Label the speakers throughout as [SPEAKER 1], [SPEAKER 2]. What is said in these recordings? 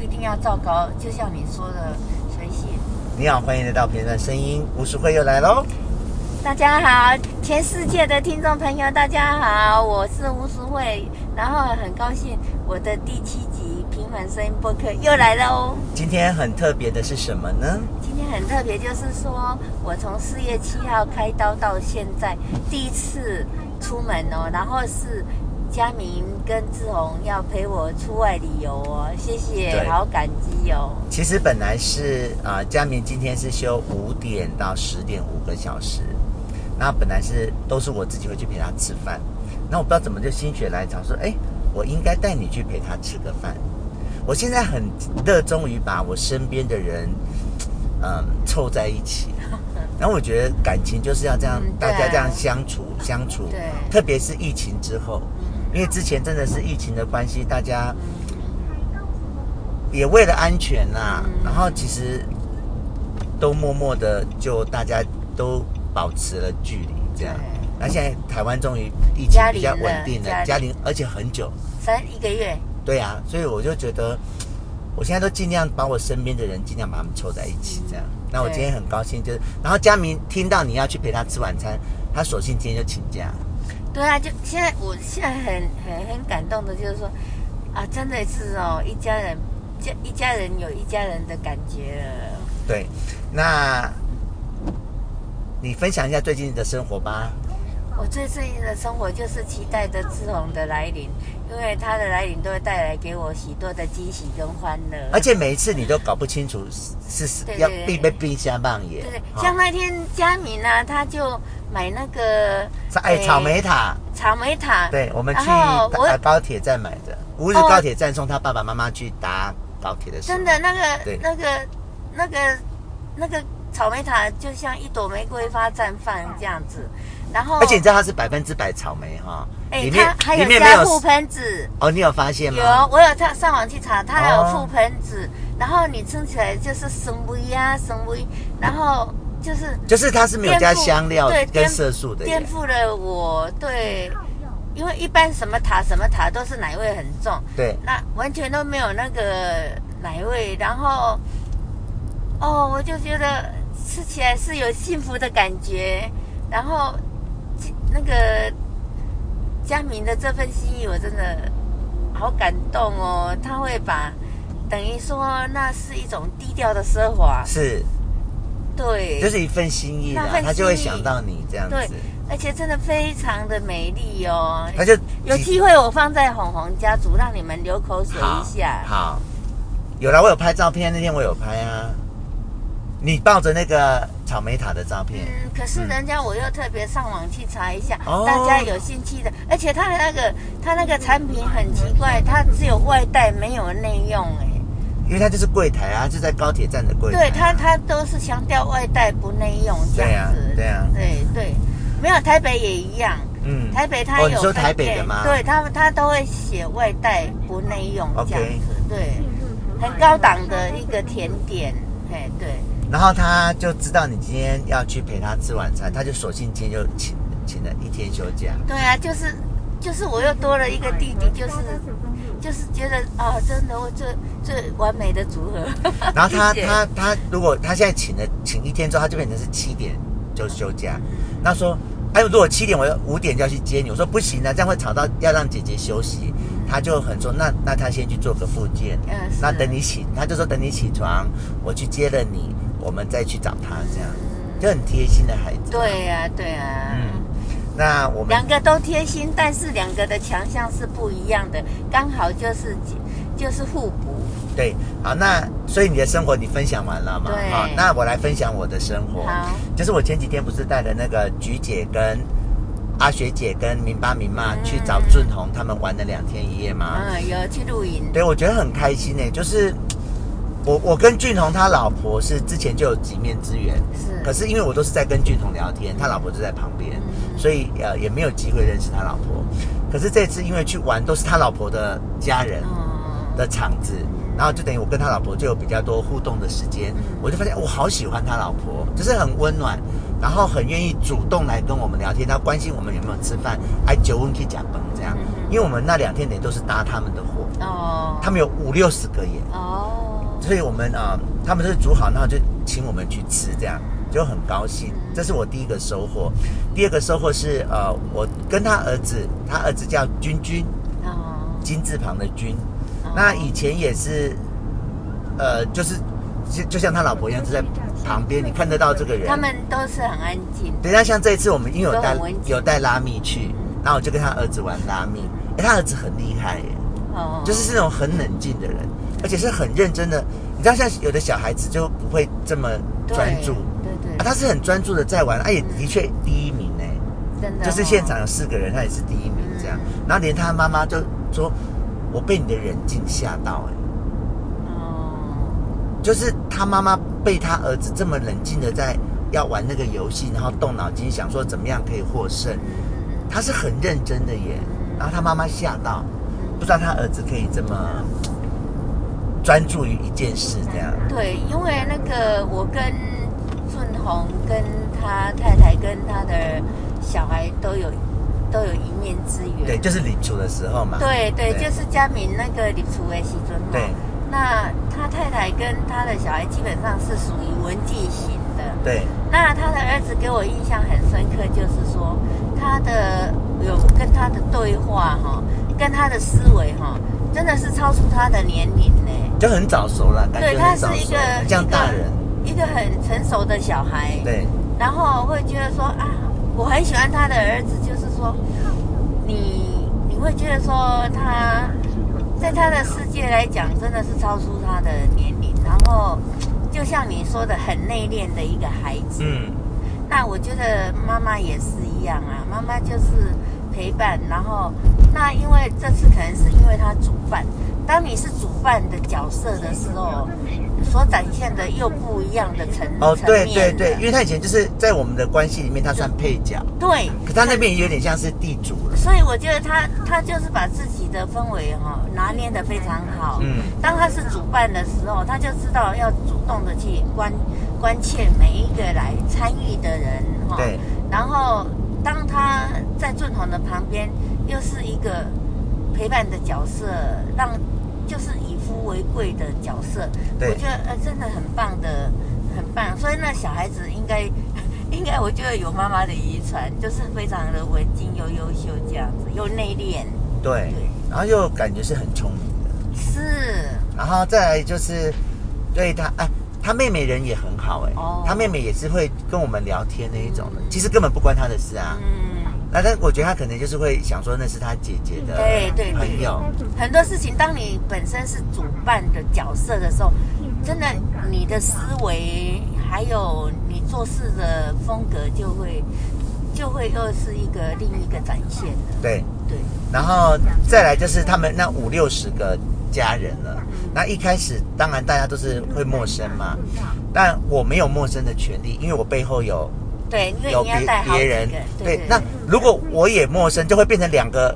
[SPEAKER 1] 一定要照高，就像你说的随性。
[SPEAKER 2] 你好，欢迎来到《别人声音》，吴淑慧又来喽。
[SPEAKER 1] 大家好，全世界的听众朋友，大家好，我是吴淑慧，然后很高兴我的第七集《平凡声音播客》又来了哦。
[SPEAKER 2] 今天很特别的是什么呢？
[SPEAKER 1] 今天很特别，就是说我从四月七号开刀到现在，第一次出门哦，然后是佳明跟志宏要陪我出外旅游哦，谢谢
[SPEAKER 2] 对，
[SPEAKER 1] 好感激哦。
[SPEAKER 2] 其实本来是啊，呃佳明今天是休五点到十点五个小时，那本来是都是我自己会去陪他吃饭，那我不知道怎么就心血来潮说，哎，我应该带你去陪他吃个饭。我现在很热衷于把我身边的人，嗯，凑在一 起。然后我觉得感情就是要这样，
[SPEAKER 1] 嗯
[SPEAKER 2] 大家
[SPEAKER 1] 对
[SPEAKER 2] 这样相处相处
[SPEAKER 1] 对，
[SPEAKER 2] 特别是疫情之后，
[SPEAKER 1] 嗯
[SPEAKER 2] 因为之前真的是疫情的关系，大家也为了安全啦、然后其实都默默的就大家都保持了距离这样
[SPEAKER 1] 对。
[SPEAKER 2] 那现在台湾终于疫情
[SPEAKER 1] 嘉
[SPEAKER 2] 比
[SPEAKER 1] 玲
[SPEAKER 2] 较
[SPEAKER 1] 了
[SPEAKER 2] 稳定了，
[SPEAKER 1] 嘉
[SPEAKER 2] 嘉
[SPEAKER 1] 玲
[SPEAKER 2] 玲而且很久，
[SPEAKER 1] 三一个月，
[SPEAKER 2] 对啊，所以我就觉得，我现在都尽量把我身边的人尽量把他们凑在一起这样。那我今天很高兴，就是然后佳明听到你要去陪他吃晚餐，他索性今天就请假。
[SPEAKER 1] 对啊，就现在，我现在很很很感动的，就是说，啊，真的是哦，一家人，家一家人有一家人的感觉了。
[SPEAKER 2] 对，那你分享一下最近的生活吧。
[SPEAKER 1] 嗯我最近的生活就是期待着志宏的来临，因为他的来临都会带来给我许多的惊喜跟欢乐。
[SPEAKER 2] 而且每一次你都搞不清楚是是
[SPEAKER 1] 对
[SPEAKER 2] 要
[SPEAKER 1] 对
[SPEAKER 2] 必被冰箱棒也，
[SPEAKER 1] 对，
[SPEAKER 2] 哈
[SPEAKER 1] 像那天佳明啊，他就买那个
[SPEAKER 2] 是哎
[SPEAKER 1] 诶
[SPEAKER 2] 草莓塔，
[SPEAKER 1] 草莓塔，
[SPEAKER 2] 对我们去
[SPEAKER 1] 然后我
[SPEAKER 2] 搭高铁站买的，五日
[SPEAKER 1] 哦
[SPEAKER 2] 高铁站送他爸爸妈妈去搭高铁的时候，
[SPEAKER 1] 真的那
[SPEAKER 2] 对
[SPEAKER 1] 个那个那个那个草莓塔就像一朵玫瑰花绽放这样子，然后
[SPEAKER 2] 而且你知道它是百分之百草莓哈，
[SPEAKER 1] 哦哎
[SPEAKER 2] 里，面
[SPEAKER 1] 它还
[SPEAKER 2] 里
[SPEAKER 1] 有
[SPEAKER 2] 面没
[SPEAKER 1] 加覆
[SPEAKER 2] 有
[SPEAKER 1] 盆子，
[SPEAKER 2] 哦，你有发现
[SPEAKER 1] 有
[SPEAKER 2] 吗？
[SPEAKER 1] 我有上上网去查，它还有覆
[SPEAKER 2] 哦
[SPEAKER 1] 盆子，然后你吃起来就是生微啊生微，然后就是
[SPEAKER 2] 就是它是没有
[SPEAKER 1] 颠覆
[SPEAKER 2] 加香料
[SPEAKER 1] 对
[SPEAKER 2] 跟
[SPEAKER 1] 颠
[SPEAKER 2] 色素的耶，
[SPEAKER 1] 颠覆了我对，因为一般什么塔什么塔都是奶味很重，
[SPEAKER 2] 对，
[SPEAKER 1] 那啊完全都没有那个奶味，然后，哦，我就觉得吃起来是有幸福的感觉，然后那个佳明的这份心意，我真的好感动哦，他会把。等于说，那是一种低调的奢华，
[SPEAKER 2] 是，
[SPEAKER 1] 对，
[SPEAKER 2] 就是一份心意啦
[SPEAKER 1] 那份，
[SPEAKER 2] 他就会
[SPEAKER 1] 心意
[SPEAKER 2] 想到你这样
[SPEAKER 1] 对
[SPEAKER 2] 子，
[SPEAKER 1] 而且真的非常的美丽哦。
[SPEAKER 2] 他就
[SPEAKER 1] 有
[SPEAKER 2] 几
[SPEAKER 1] 机会我放在红红家族，让你们流口水一下。
[SPEAKER 2] 好，有啦，我有拍照片，那天我有拍啊。你抱着那个草莓塔的照片，
[SPEAKER 1] 嗯，可是人家我又特别上网去查一下，
[SPEAKER 2] 哦
[SPEAKER 1] 大家有兴趣的，而且它的那个它那个产品很奇怪，它只有外带没有内用哎、
[SPEAKER 2] 因为它就是柜台啊，就在高铁站的柜台、啊。
[SPEAKER 1] 对它它都是强调外带不内用这样子，
[SPEAKER 2] 对啊
[SPEAKER 1] 对对没有台北也一样，
[SPEAKER 2] 嗯
[SPEAKER 1] 台北它有
[SPEAKER 2] 哦，你说
[SPEAKER 1] 分
[SPEAKER 2] 台北的
[SPEAKER 1] 店
[SPEAKER 2] 吗？
[SPEAKER 1] 对，他们它都会写外带不内用这样
[SPEAKER 2] OK
[SPEAKER 1] 子，对，很高档的一个甜点，哎对。
[SPEAKER 2] 然后他就知道你今天要去陪他吃晚餐，他就索性今天就请请了一天休假。
[SPEAKER 1] 对啊，就是就是我又多了一个弟弟，就是就是觉得哦，真的我最最完美的组合。
[SPEAKER 2] 然后他
[SPEAKER 1] 啊谢谢
[SPEAKER 2] 他他，如果他现在请了请一天之后，他就变成是七点就休假。那说，哎，如果七点我要五点就要去接你，我说不行啊，这样会吵到，要让姐姐休息。他就很说，那那他先去做个复健，
[SPEAKER 1] 嗯是
[SPEAKER 2] 那等你醒，他就说等你起床，我去接了你，我们再去找他，这样就很贴心的孩子。
[SPEAKER 1] 对呀、对呀、
[SPEAKER 2] 嗯那我们
[SPEAKER 1] 两个都贴心，但是两个的强项是不一样的，刚好就是就是互补。
[SPEAKER 2] 对好，那所以你的生活你分享完了嘛？
[SPEAKER 1] 对
[SPEAKER 2] 好那我来分享我的生活。
[SPEAKER 1] 好，
[SPEAKER 2] 就是我前几天不是带了那个菊姐跟阿学姐跟明爸明妈去找俊宏他们玩了两天一夜嘛。
[SPEAKER 1] 嗯，有去露营，
[SPEAKER 2] 啊对，我觉得很开心呢、就是我我跟俊宏他老婆是之前就有几面之缘，
[SPEAKER 1] 是
[SPEAKER 2] 可是因为我都是在跟俊宏聊天，他老婆就在旁边，
[SPEAKER 1] 嗯
[SPEAKER 2] 所以呃也没有机会认识他老婆。可是这次因为去玩都是他老婆的家人
[SPEAKER 1] 嗯，
[SPEAKER 2] 的场子，然后就等于我跟他老婆就有比较多互动的时间，
[SPEAKER 1] 嗯
[SPEAKER 2] 我就发现我好喜欢他老婆，就是很温暖，然后很愿意主动来跟我们聊天，他关心我们有没有吃饭，还酒问去讲崩这样
[SPEAKER 1] 嗯，嗯
[SPEAKER 2] 因为我们那两天等于都是搭他们的货，
[SPEAKER 1] 哦，
[SPEAKER 2] 他们有五六十个耶，
[SPEAKER 1] 哦，
[SPEAKER 2] 所以我们啊、呃他们就是煮好，然后就请我们去吃，这样就很高兴
[SPEAKER 1] 嗯。
[SPEAKER 2] 这是我第一个收获。第二个收获是，呃，我跟他儿子，他儿子叫君君，
[SPEAKER 1] 哦，
[SPEAKER 2] 金字旁的君。
[SPEAKER 1] 哦
[SPEAKER 2] 那以前也是，呃，就是就就像他老婆一样，就在旁边，你看得到这个人。
[SPEAKER 1] 他们都是很安静的，
[SPEAKER 2] 等一下，像这一次我们因为有带
[SPEAKER 1] 都很文静嗯
[SPEAKER 2] 有带拉米去，然后我就跟他儿子玩拉米，哎，他儿子很厉害耶。
[SPEAKER 1] 哦，
[SPEAKER 2] 就是是那种很冷静的人，而且是很认真的。你知道，像有的小孩子就不会这么
[SPEAKER 1] 对
[SPEAKER 2] 专注，
[SPEAKER 1] 对对，
[SPEAKER 2] 啊，他是很专注的在玩，啊，也
[SPEAKER 1] 嗯
[SPEAKER 2] 的确第一名呢、
[SPEAKER 1] 真的
[SPEAKER 2] 就是
[SPEAKER 1] 哦
[SPEAKER 2] 现场有四个人，他也是第一名这样。
[SPEAKER 1] 嗯
[SPEAKER 2] 然后连他妈妈就说：“我被你的冷静吓到、哎，
[SPEAKER 1] 哦，
[SPEAKER 2] 就是他妈妈被他儿子这么冷静的在要玩那个游戏，然后动脑筋想说怎么样可以获胜，
[SPEAKER 1] 嗯
[SPEAKER 2] 他是很认真的耶。
[SPEAKER 1] 嗯
[SPEAKER 2] 然后他妈妈吓到，
[SPEAKER 1] 嗯
[SPEAKER 2] 不知道他儿子可以这么专注于一件事这样。
[SPEAKER 1] 对，因为那个我跟顺红、跟他太太、跟他的小孩都有都有一面之缘。
[SPEAKER 2] 对，就是领主的时候嘛。
[SPEAKER 1] 对对
[SPEAKER 2] 对
[SPEAKER 1] 就是佳明那个李楚维西尊
[SPEAKER 2] 对
[SPEAKER 1] 那他太太跟他的小孩基本上是属于文静型的。
[SPEAKER 2] 对
[SPEAKER 1] 那他的儿子给我印象很深刻，就是说他的有跟他的对话哈、跟他的思维哈、真的是超出他的年龄呢。
[SPEAKER 2] 就很早熟了，感
[SPEAKER 1] 对
[SPEAKER 2] 觉
[SPEAKER 1] 他
[SPEAKER 2] 很
[SPEAKER 1] 是
[SPEAKER 2] 早
[SPEAKER 1] 一
[SPEAKER 2] 熟
[SPEAKER 1] 个，
[SPEAKER 2] 很像大人。
[SPEAKER 1] 一个很成熟的小孩，
[SPEAKER 2] 对
[SPEAKER 1] 然后会觉得说啊，我很喜欢他的儿子，就是说你你会觉得说他在他的世界来讲真的是超出他的年龄，然后就像你说的很内敛的一个孩子，
[SPEAKER 2] 嗯，
[SPEAKER 1] 那我觉得妈妈也是一样啊，妈妈就是陪伴，然后那因为这次可能是因为她主办，当你是主办的角色的时候，哦所展现的又不一样的层
[SPEAKER 2] 哦，对
[SPEAKER 1] 层
[SPEAKER 2] 对
[SPEAKER 1] 面
[SPEAKER 2] 对，
[SPEAKER 1] 了
[SPEAKER 2] 因为他以前就是在我们的关系里面，他算配角，
[SPEAKER 1] 对，
[SPEAKER 2] 可他那边也有点像是地主了。
[SPEAKER 1] 所以我觉得她她就是把自己的氛围哈、拿捏的非常好。
[SPEAKER 2] 嗯，
[SPEAKER 1] 当她是主办的时候，她就知道要主动的去关关切每一个来参与的人哈、
[SPEAKER 2] 对
[SPEAKER 1] 然后当他在俊宏的旁边，又是一个陪伴的角色，让就是以夫为贵的角色，
[SPEAKER 2] 对
[SPEAKER 1] 我觉得呃真的很棒的，很棒。所以那小孩子应该 应该我觉得有妈妈的遗传，就是非常的文静又优秀这样子，又内敛，
[SPEAKER 2] 对
[SPEAKER 1] 对，
[SPEAKER 2] 然后又感觉是很聪明的，
[SPEAKER 1] 是
[SPEAKER 2] 然后再来就是对他哎。他妹妹人也很好哎、
[SPEAKER 1] 哦
[SPEAKER 2] 他妹妹也是会跟我们聊天那一种的，其实根本不关他的事啊。
[SPEAKER 1] 嗯，
[SPEAKER 2] 那但我觉得他可能就是会想说那是他姐姐的
[SPEAKER 1] 对对对
[SPEAKER 2] 朋友，
[SPEAKER 1] 很多事情当你本身是主办的角色的时候，真的，你的思维还有你做事的风格，就会就会又是一个另一个展现的。
[SPEAKER 2] 对，
[SPEAKER 1] 对，
[SPEAKER 2] 然后再来就是他们那五六十个家人了。
[SPEAKER 1] 嗯
[SPEAKER 2] 那一开始当然大家都是会陌生嘛，但我没有陌生的权利，因为我背后有
[SPEAKER 1] 对，因为你
[SPEAKER 2] 有别
[SPEAKER 1] 要带好
[SPEAKER 2] 别
[SPEAKER 1] 几
[SPEAKER 2] 人
[SPEAKER 1] 个。对
[SPEAKER 2] 对，那如果我也陌生，就会变成两个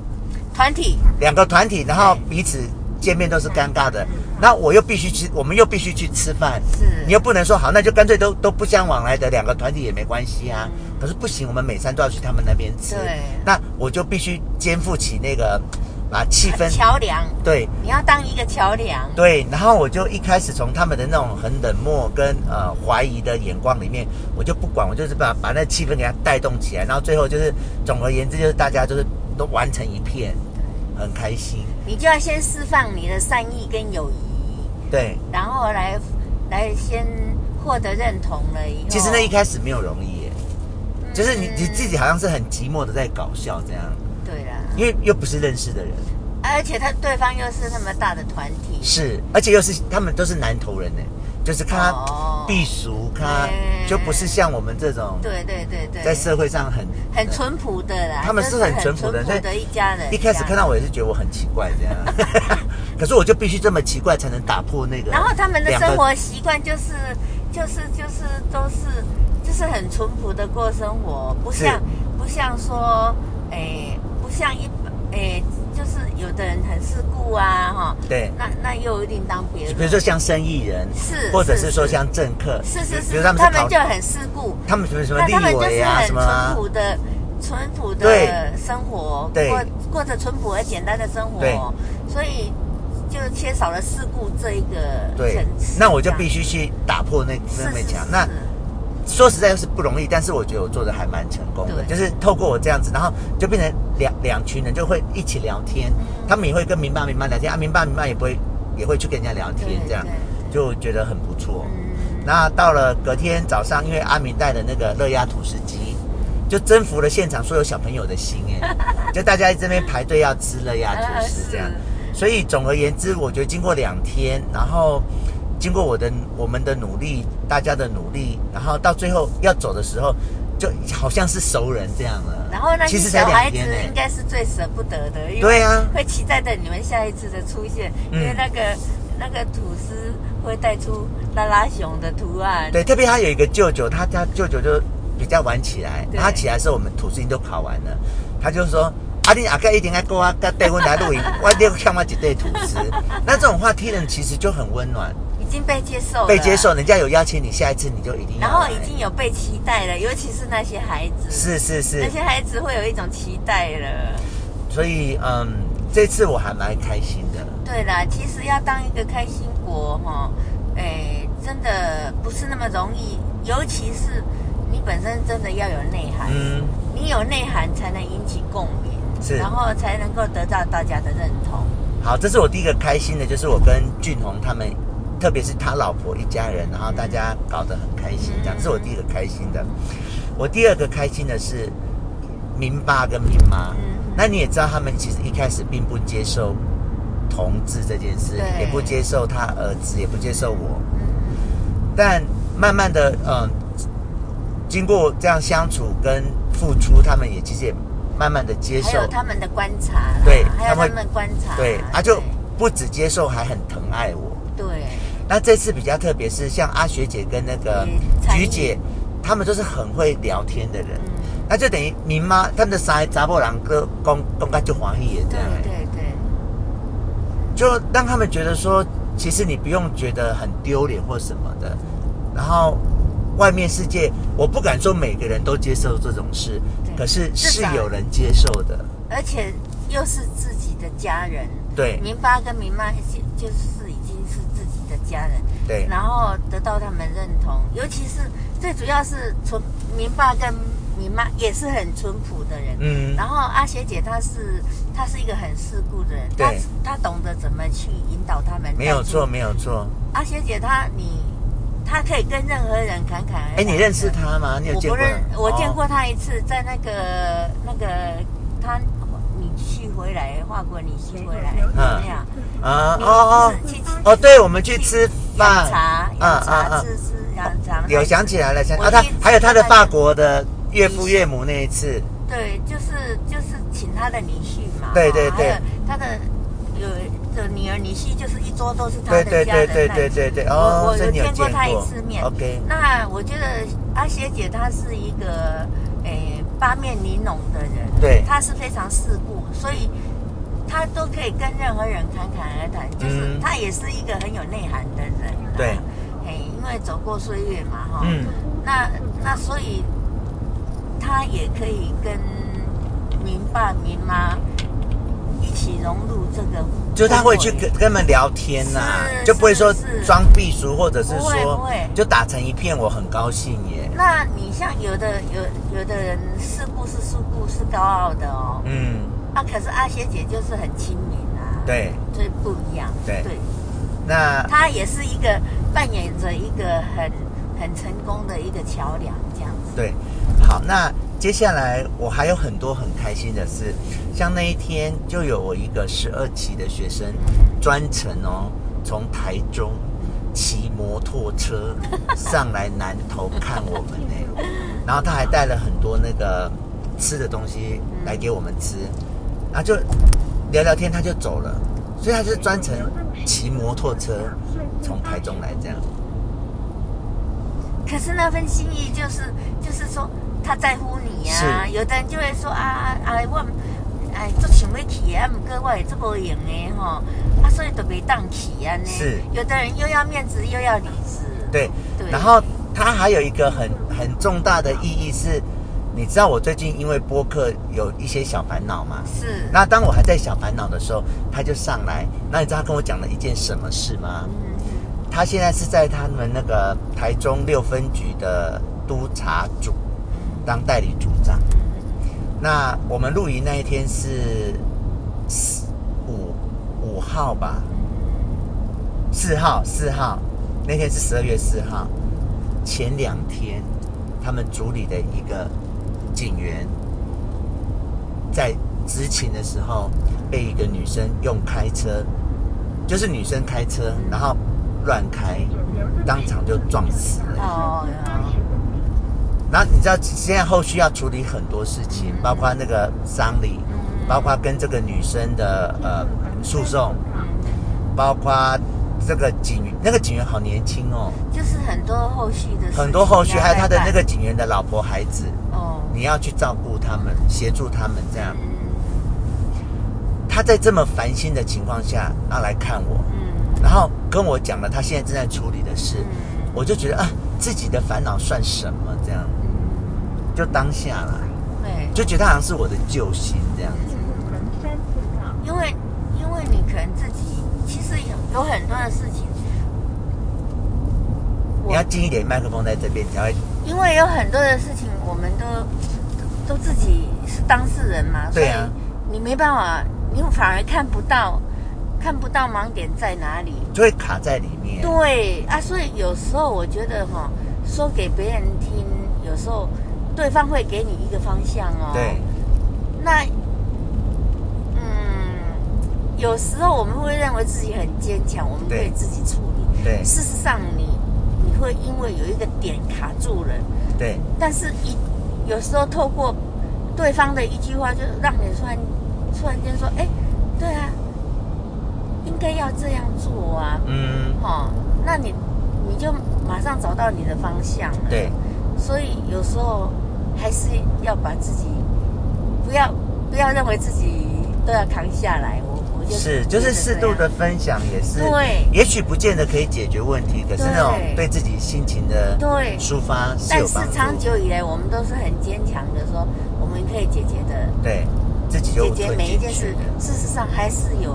[SPEAKER 1] 团体
[SPEAKER 2] 两个团体，然后彼此见面都是尴尬的。那我又必须去，我们又必须去吃饭，
[SPEAKER 1] 是
[SPEAKER 2] 你又不能说好，那就干脆都都不相往来的两个团体也没关系啊。可是不行，我们每餐都要去他们那边吃
[SPEAKER 1] 对，
[SPEAKER 2] 那我就必须肩负起那个把气氛
[SPEAKER 1] 桥梁，
[SPEAKER 2] 对
[SPEAKER 1] 你要当一个桥梁。
[SPEAKER 2] 对，然后我就一开始从他们的那种很冷漠跟呃怀疑的眼光里面，我就不管，我就是把把那气氛给它带动起来，然后最后就是总而言之就是大家就是都玩成一片，很开心。
[SPEAKER 1] 你就要先释放你的善意跟友谊，
[SPEAKER 2] 对，
[SPEAKER 1] 然后来来先获得认同了以后。
[SPEAKER 2] 其实那一开始没有容易耶，就是你
[SPEAKER 1] 嗯
[SPEAKER 2] 你自己好像是很寂寞的在搞笑这样，
[SPEAKER 1] 对啦，
[SPEAKER 2] 因为又不是认识的人，
[SPEAKER 1] 而且他对方又是那么大的团体，
[SPEAKER 2] 是，而且又是他们都是南投人呢，就是看
[SPEAKER 1] 哦
[SPEAKER 2] 他避俗，看他
[SPEAKER 1] 嗯
[SPEAKER 2] 就不是像我们这种
[SPEAKER 1] 对对对对，
[SPEAKER 2] 在社会上很
[SPEAKER 1] 很淳朴的啦，
[SPEAKER 2] 他们是
[SPEAKER 1] 就是
[SPEAKER 2] 很
[SPEAKER 1] 很
[SPEAKER 2] 淳朴的所以
[SPEAKER 1] 一家人。
[SPEAKER 2] 一开始看到我也是觉得我很奇怪这样， 可是我就必须这么奇怪才能打破那个。
[SPEAKER 1] 这样，然后他们的
[SPEAKER 2] 两个
[SPEAKER 1] 生活习惯就是就是就是都是就是很淳朴的过生活，不像不像说诶、不像一诶、就是有的人很世故啊，哈、
[SPEAKER 2] 对。
[SPEAKER 1] 那那又另当别论。
[SPEAKER 2] 比如说像生意人，
[SPEAKER 1] 是
[SPEAKER 2] 或者是说
[SPEAKER 1] 是
[SPEAKER 2] 像政客，
[SPEAKER 1] 是是
[SPEAKER 2] 比如
[SPEAKER 1] 是，
[SPEAKER 2] 他们是
[SPEAKER 1] 就
[SPEAKER 2] 讨
[SPEAKER 1] 很世故，
[SPEAKER 2] 他们什么什么
[SPEAKER 1] 那
[SPEAKER 2] 立
[SPEAKER 1] 他们就是
[SPEAKER 2] 委啊，
[SPEAKER 1] 很
[SPEAKER 2] 什么
[SPEAKER 1] 淳
[SPEAKER 2] 啊
[SPEAKER 1] 朴的、淳朴
[SPEAKER 2] 对
[SPEAKER 1] 的生活，
[SPEAKER 2] 对
[SPEAKER 1] 过过着淳朴而简单的生活
[SPEAKER 2] 对，
[SPEAKER 1] 所以就缺少了世故这一个
[SPEAKER 2] 对
[SPEAKER 1] 层次。
[SPEAKER 2] 那我
[SPEAKER 1] 这
[SPEAKER 2] 就
[SPEAKER 1] 样
[SPEAKER 2] 必须去打破那
[SPEAKER 1] 是
[SPEAKER 2] 那
[SPEAKER 1] 是
[SPEAKER 2] 面
[SPEAKER 1] 是
[SPEAKER 2] 墙。那说实在是不容易，但是我觉得我做的还蛮成功的，
[SPEAKER 1] 对
[SPEAKER 2] 就是透过我这样子，然后就变成两两群人就会一起聊天，
[SPEAKER 1] 嗯
[SPEAKER 2] 他们也会跟民爸民妈聊天啊，民爸民妈也不会也会去跟人家聊天，
[SPEAKER 1] 对
[SPEAKER 2] 这样
[SPEAKER 1] 对对
[SPEAKER 2] 就觉得很不错。
[SPEAKER 1] 嗯，
[SPEAKER 2] 那到了隔天早上，因为阿明带的那个热压土司机，就征服了现场所有小朋友的心哎， 就大家在这边排队要吃热压土司这样。所以总而言之，我觉得经过两天，然后经过我的我们的努力，大家的努力，然后到最后要走的时候，就好像是熟人这样了。
[SPEAKER 1] 然后那
[SPEAKER 2] 其
[SPEAKER 1] 些
[SPEAKER 2] 实才
[SPEAKER 1] 小孩
[SPEAKER 2] 两
[SPEAKER 1] 子
[SPEAKER 2] 天呢、哎
[SPEAKER 1] 应该是最舍不得的，因为
[SPEAKER 2] 对啊
[SPEAKER 1] 会期待着你们下一次的出现，因为
[SPEAKER 2] 嗯
[SPEAKER 1] 那个那个吐司会带出拉拉熊的图案，
[SPEAKER 2] 对，特别他有一个舅舅，他他舅舅就比较晚起来，
[SPEAKER 1] 对
[SPEAKER 2] 他起来的时候我们土司经都烤完了，他就说：“阿弟阿哥一定要跟我跟带我来 露营，我要看我几对土司。”那这种话听人其实就很温暖，
[SPEAKER 1] 已经被接受了，
[SPEAKER 2] 被接受，人家有邀请你，下一次你就一定
[SPEAKER 1] 哦
[SPEAKER 2] 要
[SPEAKER 1] 啊然后
[SPEAKER 2] 来
[SPEAKER 1] 已经有被期待了，尤其是那些孩子，
[SPEAKER 2] 是是是
[SPEAKER 1] 那些孩子会有一种期待了。
[SPEAKER 2] 所以嗯，这次我还蛮开心的。
[SPEAKER 1] 对啦，其实要当一个开心果哈，哎，真的不是那么容易，尤其是你本身真的要有内涵，
[SPEAKER 2] 嗯，
[SPEAKER 1] 你有内涵才能引起共鸣，
[SPEAKER 2] 是
[SPEAKER 1] 然后才能够得到大家的认同。
[SPEAKER 2] 好，这是我第一个开心的，就是我跟俊宏他们，特别是他老婆一家人，然后大家搞得很开心，这样
[SPEAKER 1] 嗯
[SPEAKER 2] 这是我第一个开心的。我第二个开心的是明爸跟明妈
[SPEAKER 1] 嗯，
[SPEAKER 2] 那你也知道，他们其实一开始并不接受同志这件事，
[SPEAKER 1] 对
[SPEAKER 2] 也不接受他儿子，也不接受我，
[SPEAKER 1] 嗯，
[SPEAKER 2] 但慢慢的，嗯，经过这样相处跟付出，他们也其实也慢慢的接
[SPEAKER 1] 还
[SPEAKER 2] 受
[SPEAKER 1] 有，他们的观察啦，
[SPEAKER 2] 对
[SPEAKER 1] 还有
[SPEAKER 2] 他
[SPEAKER 1] 他
[SPEAKER 2] 会
[SPEAKER 1] 们观察，
[SPEAKER 2] 对啊，就不止接受，还很疼爱我。
[SPEAKER 1] 对对
[SPEAKER 2] 那这次比较特别，是像阿雪姐跟那个
[SPEAKER 1] 嗯蔡
[SPEAKER 2] 菊
[SPEAKER 1] 依
[SPEAKER 2] 姐，她们都是很会聊天的人，
[SPEAKER 1] 嗯，
[SPEAKER 2] 那就等于你妈他们的三个查某人哥公公干就欢喜也这
[SPEAKER 1] 对
[SPEAKER 2] 样，
[SPEAKER 1] 对对，
[SPEAKER 2] 就让他们觉得说，其实你不用觉得很丢脸或什么的。然后外面世界，我不敢说每个人都接受这种事，
[SPEAKER 1] 对
[SPEAKER 2] 可是是
[SPEAKER 1] 至少
[SPEAKER 2] 有人接受的，
[SPEAKER 1] 而且又是自己的家人，
[SPEAKER 2] 对
[SPEAKER 1] 明爸跟明妈就就是已经是自己的家人，
[SPEAKER 2] 对
[SPEAKER 1] 然后得到他们认同，尤其是最主要是淳明爸跟明妈也是很淳朴的人，
[SPEAKER 2] 嗯
[SPEAKER 1] 然后阿学姐她是她是一个很世故的人，
[SPEAKER 2] 对
[SPEAKER 1] 她她懂得怎么去引导他们，
[SPEAKER 2] 没有错，
[SPEAKER 1] 带进。
[SPEAKER 2] 没有错。
[SPEAKER 1] 阿学姐她你她可以跟任何人侃侃而谈，
[SPEAKER 2] 哎，你认识？他吗？你有
[SPEAKER 1] 我
[SPEAKER 2] 见
[SPEAKER 1] 不
[SPEAKER 2] 过
[SPEAKER 1] 认，
[SPEAKER 2] 他？
[SPEAKER 1] 我见
[SPEAKER 2] 哦
[SPEAKER 1] 过他一次，在那个那个他你去回来法国，你去回来
[SPEAKER 3] 嗯
[SPEAKER 1] 怎么样？
[SPEAKER 2] 啊
[SPEAKER 1] 你
[SPEAKER 2] 哦
[SPEAKER 1] 是去
[SPEAKER 2] 哦哦，对，我们去吃饭嗯
[SPEAKER 1] 养，茶，养茶吃吃养茶。
[SPEAKER 2] 有想起来了，想
[SPEAKER 1] 我
[SPEAKER 2] 啊，他
[SPEAKER 1] 第一次
[SPEAKER 2] 还有他的
[SPEAKER 1] 看到
[SPEAKER 2] 法国的岳父岳母那一次，
[SPEAKER 1] 对，就是就是请他的女婿嘛，
[SPEAKER 2] 对对
[SPEAKER 1] 哦
[SPEAKER 2] 对，
[SPEAKER 1] 还有他的有的女儿女婿就是一桌都是他
[SPEAKER 2] 对
[SPEAKER 1] 的
[SPEAKER 2] 对
[SPEAKER 1] 家人
[SPEAKER 2] 对对对对对，
[SPEAKER 1] 我
[SPEAKER 2] 哦
[SPEAKER 1] 我，
[SPEAKER 2] 这
[SPEAKER 1] 有
[SPEAKER 2] 你有
[SPEAKER 1] 见过
[SPEAKER 2] 见
[SPEAKER 1] 他一
[SPEAKER 2] 过
[SPEAKER 1] 次面。
[SPEAKER 2] ，OK，
[SPEAKER 1] 那我觉得阿学姐她是一个诶、八面玲珑的人，
[SPEAKER 2] 对
[SPEAKER 1] 她是非常世故，所以她都可以跟任何人侃侃而谈，就是
[SPEAKER 2] 嗯
[SPEAKER 1] 她也是一个很有内涵的人、啊。
[SPEAKER 2] 对，
[SPEAKER 1] 诶、因为走过岁月嘛，哈、
[SPEAKER 2] 嗯，
[SPEAKER 1] 那那所以她也可以跟明爸明妈一起融入这个，
[SPEAKER 2] 就是他会去跟跟他们聊天呐、
[SPEAKER 1] 是
[SPEAKER 2] 就不会说
[SPEAKER 1] 是是
[SPEAKER 2] 装避俗，或者是
[SPEAKER 1] 不会不
[SPEAKER 2] 说
[SPEAKER 1] 会
[SPEAKER 2] 就打成一片，我很高兴耶。
[SPEAKER 1] 那你像有的有有的人世故是世故是高傲的哦，
[SPEAKER 2] 嗯，
[SPEAKER 1] 啊，可是阿学姐就是很亲民啊，，
[SPEAKER 2] 对，
[SPEAKER 1] 所以不一样，
[SPEAKER 2] 对那
[SPEAKER 1] 她也是一个扮演着一个很很成功的一个桥梁这样子，
[SPEAKER 2] 对，好，那接下来我还有很多很开心的事，像那一天就有我一个十二期的学生专程哦，从台中骑摩托车上来南投看我们呢，然后他还带了很多那个吃的东西来给我们吃，然后就聊聊天他就走了，所以他就是专程骑摩托车从台中来这样。
[SPEAKER 1] 可是那份心意就是就是说她在乎你啊，有的人就会说啊啊我。啊，哎，足想要去的，啊，毋过我会足无用的吼，啊，所以都袂当去安尼。
[SPEAKER 2] 是
[SPEAKER 1] 有的人又要面子又要里子。
[SPEAKER 2] 对，
[SPEAKER 1] 对
[SPEAKER 2] 然后它还有一个很很重大的意义是，你知道我最近因为播客有一些小烦恼吗？
[SPEAKER 1] 是，
[SPEAKER 2] 那当我还在小烦恼的时候，他就上来。那你知道他跟我讲了一件什么事吗？
[SPEAKER 1] 嗯，
[SPEAKER 2] 他现在是在他们那个台中六分局的督察组当代理组长。
[SPEAKER 1] 嗯
[SPEAKER 2] 那我们露营那一天是四五五号吧，四号四号，那天是十二月四号。前两天，他们组里的一个警员在执勤的时候，被一个女生用开车，就是女生开车，然后乱开，当场就撞死了。
[SPEAKER 1] 哦
[SPEAKER 2] 然后你知道现在后续要处理很多事情，包括那个丧礼，
[SPEAKER 1] 嗯
[SPEAKER 2] 包括跟这个女生
[SPEAKER 1] 哦
[SPEAKER 2] 的呃诉讼，包括这个警员那个警员好年轻哦，
[SPEAKER 1] 就是很多后续的事情
[SPEAKER 2] 很多后续
[SPEAKER 1] 要
[SPEAKER 2] 还有他的
[SPEAKER 1] 来
[SPEAKER 2] 那
[SPEAKER 1] 办
[SPEAKER 2] 个警员的老婆孩子，
[SPEAKER 1] 哦，
[SPEAKER 2] 你要去照顾他们，协助他们这样。
[SPEAKER 1] 嗯
[SPEAKER 2] 他在这么烦心的情况下，要来看我，
[SPEAKER 1] 嗯
[SPEAKER 2] 然后跟我讲了他现在正在处理的事，
[SPEAKER 1] 嗯
[SPEAKER 2] 我就觉得啊，自己的烦恼算什么？这样就当下了，
[SPEAKER 1] 对，
[SPEAKER 2] 就觉得他好像是我的救星这样。
[SPEAKER 1] 因为因为你可能自己其实有有很多的事情，
[SPEAKER 2] 你要近一点麦克风在这边，你才会
[SPEAKER 1] 因为有很多的事情，我们都都自己是当事人嘛，
[SPEAKER 2] 对啊
[SPEAKER 1] 所以你没办法，你反而看不到看不到盲点在哪里。
[SPEAKER 2] 就会卡在里面。
[SPEAKER 1] 对啊，所以有时候我觉得哈、说给别人听，有时候对方会给你一个方向哦。
[SPEAKER 2] 对，
[SPEAKER 1] 那，嗯，有时候我们会认为自己很坚强，我们
[SPEAKER 2] 对
[SPEAKER 1] 会自己处理。
[SPEAKER 2] 对
[SPEAKER 1] 事实上你，你会因为有一个点卡住了，
[SPEAKER 2] 对
[SPEAKER 1] 但是一有时候透过对方的一句话，就让你突然突然间说，哎，对啊，应该要这样做啊，
[SPEAKER 2] 嗯，
[SPEAKER 1] 哦，那你你就马上找到你的方向了。
[SPEAKER 2] 对，，
[SPEAKER 1] 所以有时候还是要把自己不要不要认为自己都要扛下来。我我就是
[SPEAKER 2] 就是适度的分享也是，
[SPEAKER 1] 对
[SPEAKER 2] 也许不见得可以解决问题，可是
[SPEAKER 1] 对
[SPEAKER 2] 那种对自己心情的
[SPEAKER 1] 对
[SPEAKER 2] 抒发是
[SPEAKER 1] 但
[SPEAKER 2] 有
[SPEAKER 1] 是
[SPEAKER 2] 帮助。
[SPEAKER 1] 长久以来，我们都是很坚强的说，我们可以解决的，
[SPEAKER 2] 对，自己
[SPEAKER 1] 解
[SPEAKER 2] 有
[SPEAKER 1] 决
[SPEAKER 2] 吞
[SPEAKER 1] 每一
[SPEAKER 2] 进
[SPEAKER 1] 件
[SPEAKER 2] 去
[SPEAKER 1] 事
[SPEAKER 2] 的，。
[SPEAKER 1] 事实上还是有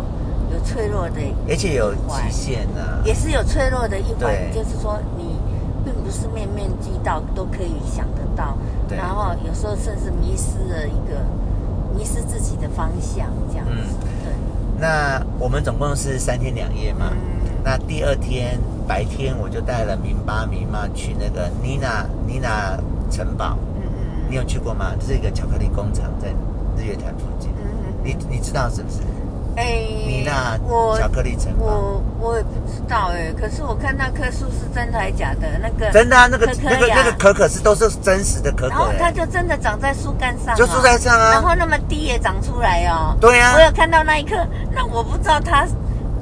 [SPEAKER 1] 有脆弱的，
[SPEAKER 2] 而且有极限啊。
[SPEAKER 1] 也是有脆弱的一环
[SPEAKER 2] 对，
[SPEAKER 1] 就是说你并不是面面俱到都可以想得到，
[SPEAKER 2] 对
[SPEAKER 1] 然后有时候甚至迷失了一个迷失自己的方向，这样子，
[SPEAKER 2] 嗯那我们总共是三天两夜嘛。
[SPEAKER 1] 嗯
[SPEAKER 2] 那第二天白天我就带了明巴明妈去那个妮娜妮娜城堡，
[SPEAKER 1] 对，嗯嗯嗯
[SPEAKER 2] 你有去过吗？这是一个巧克力工厂，在日月潭附近。
[SPEAKER 1] 嗯
[SPEAKER 2] 你你知道是不是？
[SPEAKER 1] 哎，
[SPEAKER 2] 米娜
[SPEAKER 1] 我
[SPEAKER 2] 巧克力城堡。
[SPEAKER 1] 我我也不知道哎、可是我看那棵树是真的还假的？那个
[SPEAKER 2] 真的、啊，那个
[SPEAKER 1] 可可
[SPEAKER 2] 那个
[SPEAKER 1] 呀
[SPEAKER 2] 那个可可是都是真实的可
[SPEAKER 1] 然
[SPEAKER 2] 可、
[SPEAKER 1] 后它
[SPEAKER 2] 欸，
[SPEAKER 1] 就真的长在树干上、啊，
[SPEAKER 2] 就住在上
[SPEAKER 1] 然后
[SPEAKER 2] 啊。
[SPEAKER 1] 那么低也长出来哦。
[SPEAKER 2] 对啊
[SPEAKER 1] 我有看到那一刻，那我不知道它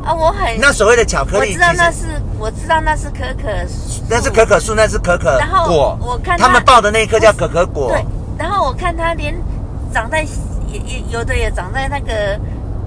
[SPEAKER 1] 啊，我很
[SPEAKER 2] 那所谓的巧克
[SPEAKER 1] 我
[SPEAKER 2] 力，
[SPEAKER 1] 知道
[SPEAKER 2] 其实
[SPEAKER 1] 那是我知道那是可可树，
[SPEAKER 2] 那是可可树，那是可可
[SPEAKER 1] 然后
[SPEAKER 2] 果。
[SPEAKER 1] 我看它
[SPEAKER 2] 他们爆的那一颗叫可可果
[SPEAKER 1] 对，，然后我看它连长在也也有的也长在那个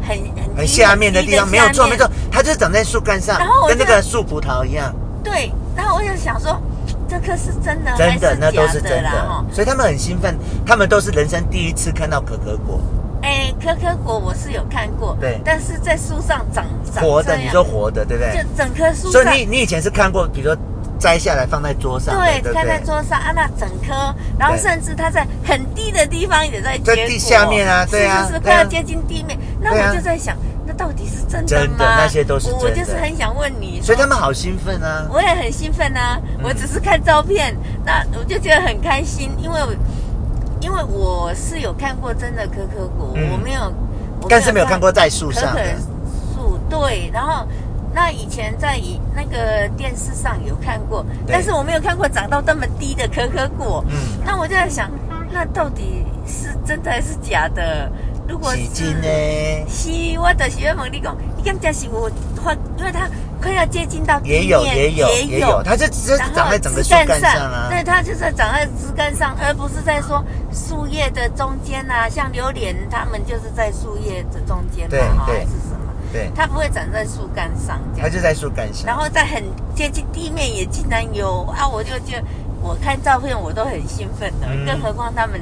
[SPEAKER 1] 很很
[SPEAKER 2] 很
[SPEAKER 1] 低
[SPEAKER 2] 下面的
[SPEAKER 1] 低
[SPEAKER 2] 地方没有
[SPEAKER 1] 下
[SPEAKER 2] 错，
[SPEAKER 1] 面
[SPEAKER 2] 没错，它就是长在树干上
[SPEAKER 1] 然后，我
[SPEAKER 2] 跟那
[SPEAKER 1] 就
[SPEAKER 2] 个树葡萄一样，
[SPEAKER 1] 对，然后我就想说，这棵是真的呃还
[SPEAKER 2] 真
[SPEAKER 1] 是
[SPEAKER 2] 的那都是
[SPEAKER 1] 假
[SPEAKER 2] 真
[SPEAKER 1] 啦？
[SPEAKER 2] 的
[SPEAKER 1] 哈，，
[SPEAKER 2] 所以他们很兴奋，他们都是人生第一次看到可可果
[SPEAKER 1] 哎，可可果我是有看过，
[SPEAKER 2] 对
[SPEAKER 1] 但是在树上长长
[SPEAKER 2] 活的，
[SPEAKER 1] 这样
[SPEAKER 2] 你说活的，对不对？
[SPEAKER 1] 就整棵树
[SPEAKER 2] 所
[SPEAKER 1] 上，
[SPEAKER 2] 以你你以前是看过，比如说摘下来放在桌上的，
[SPEAKER 1] 对，
[SPEAKER 2] 对不
[SPEAKER 1] 看在
[SPEAKER 2] 对？
[SPEAKER 1] 桌上啊，那整棵，然后
[SPEAKER 2] 对
[SPEAKER 1] 甚至它在很低的地方也在
[SPEAKER 2] 在
[SPEAKER 1] 结果
[SPEAKER 2] 地下面啊对啊
[SPEAKER 1] 是是是
[SPEAKER 2] 对啊
[SPEAKER 1] 快要接近地面，那
[SPEAKER 2] 对啊
[SPEAKER 1] 我就在想，那到底是真的
[SPEAKER 2] 真
[SPEAKER 1] 吗？
[SPEAKER 2] 的那些都是
[SPEAKER 1] 我
[SPEAKER 2] 真
[SPEAKER 1] 我
[SPEAKER 2] 的
[SPEAKER 1] 就是很想问你，
[SPEAKER 2] 所以嗯他们好兴奋啊！
[SPEAKER 1] 我也很兴奋啊！我只是看照片，那我就觉得很开心，因为我因为我是有看过真的可可果，
[SPEAKER 2] 嗯
[SPEAKER 1] 我没有，我
[SPEAKER 2] 但是没有看过在树
[SPEAKER 1] 可
[SPEAKER 2] 上
[SPEAKER 1] 可
[SPEAKER 2] 的，
[SPEAKER 1] 树，对，然后。那以前在以那个电视上有看过，
[SPEAKER 2] 对
[SPEAKER 1] 但是我没有看过长到这么低的可可果。
[SPEAKER 2] 嗯，
[SPEAKER 1] 那我就在想，那到底是真的还是假的？如果是
[SPEAKER 2] 洗金呢？
[SPEAKER 1] 是，我就是要问你讲，你敢真是有快，因为它快要接近到地面
[SPEAKER 2] 也有也有
[SPEAKER 1] 也
[SPEAKER 2] 也有，它就只是
[SPEAKER 1] 然后
[SPEAKER 2] 长在整个
[SPEAKER 1] 枝
[SPEAKER 2] 树
[SPEAKER 1] 干
[SPEAKER 2] 干上啊。
[SPEAKER 1] 对，它就是长在枝干上，而不是在说树叶的中间呐、像榴莲，它们就是在树叶的中间啊
[SPEAKER 2] 对
[SPEAKER 1] 嘛，哈
[SPEAKER 2] 对
[SPEAKER 1] 还是什么？
[SPEAKER 2] 对，
[SPEAKER 1] 它不会长在树干上这
[SPEAKER 2] 它
[SPEAKER 1] 样。
[SPEAKER 2] 就在树干
[SPEAKER 1] 然
[SPEAKER 2] 上。
[SPEAKER 1] 后在很接近地面也竟然有啊！我就觉得我看照片我都很兴奋的，
[SPEAKER 2] 嗯
[SPEAKER 1] 更何况他们，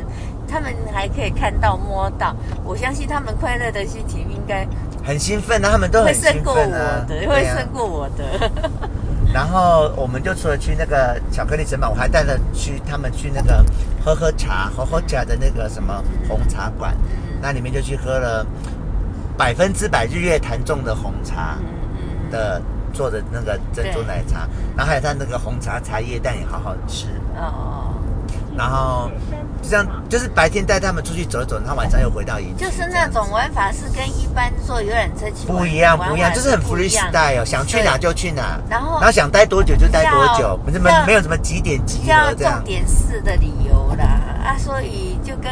[SPEAKER 1] 他们还可以看到摸到，我相信他们快乐的心情应该
[SPEAKER 2] 很兴奋啊，他们都
[SPEAKER 1] 会
[SPEAKER 2] 很
[SPEAKER 1] 胜
[SPEAKER 2] 兴
[SPEAKER 1] 过我
[SPEAKER 2] 奋啊
[SPEAKER 1] 的，，会
[SPEAKER 2] 对啊
[SPEAKER 1] 胜。过我的。
[SPEAKER 2] 然后我们就除了去那个巧克力城堡，我还带着去他们去那个喝喝茶、喝喝茶的那个什么红茶馆，
[SPEAKER 1] 嗯
[SPEAKER 2] 那里面就去喝了百分之百日月潭种的红茶
[SPEAKER 1] 嗯嗯
[SPEAKER 2] 的做的那个珍珠奶茶，然后还有他那个红茶茶叶蛋也好好吃。
[SPEAKER 1] 嗯哦。
[SPEAKER 2] 然后就这样，就是白天带他们出去走一走，然后晚上又回到营区，
[SPEAKER 1] 就是那种玩法是跟一般坐游览车去玩
[SPEAKER 2] 不一样
[SPEAKER 1] 玩
[SPEAKER 2] 不一样，
[SPEAKER 1] 法
[SPEAKER 2] 就是很
[SPEAKER 1] 不一样
[SPEAKER 2] freestyle，哦想去哪就去哪，
[SPEAKER 1] 然后
[SPEAKER 2] 然后想待多久就待多久，
[SPEAKER 1] 比较
[SPEAKER 2] 没什么
[SPEAKER 1] 比较
[SPEAKER 2] 没有什么几点集
[SPEAKER 1] 比
[SPEAKER 2] 合
[SPEAKER 1] 较
[SPEAKER 2] 这
[SPEAKER 1] 重
[SPEAKER 2] 样，
[SPEAKER 1] 点式的理由啦啊，所以就跟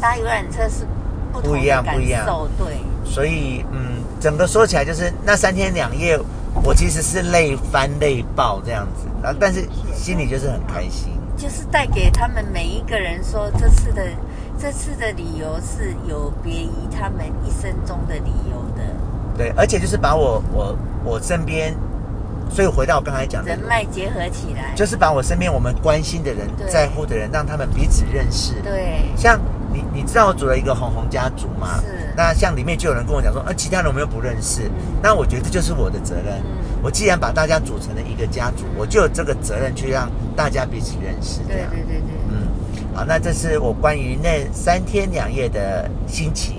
[SPEAKER 1] 搭游览车是不同
[SPEAKER 2] 不一样
[SPEAKER 1] 的感
[SPEAKER 2] 不一样
[SPEAKER 1] 受，对，
[SPEAKER 2] 所以嗯，整个说起来就是那三天两夜，我其实是累翻累爆这样子，
[SPEAKER 1] 嗯
[SPEAKER 2] 然后但是心里就是很开心，
[SPEAKER 1] 就是带给他们每一个人说这次的这次的理由是有别于他们一生中的理由的
[SPEAKER 2] 对，而且就是把我我我身边，所以回到我刚才讲的
[SPEAKER 1] 人，脉结合起来，
[SPEAKER 2] 啊就是把我身边我们关心的人、
[SPEAKER 1] 对
[SPEAKER 2] 在乎的人，让他们彼此认识，
[SPEAKER 1] 对，
[SPEAKER 2] 像你，你知道我组了一个红红家族嘛？
[SPEAKER 1] 是
[SPEAKER 2] 那像里面就有人跟我讲说，呃，其他人我们又不认识。
[SPEAKER 1] 嗯
[SPEAKER 2] 那我觉得这就是我的责任。
[SPEAKER 1] 嗯
[SPEAKER 2] 我既然把大家组成了一个家族，我就有这个责任去让大家彼此认识。这
[SPEAKER 1] 对
[SPEAKER 2] 样，
[SPEAKER 1] 对对对
[SPEAKER 2] 嗯，好，那这是我关于那三天两夜的心情。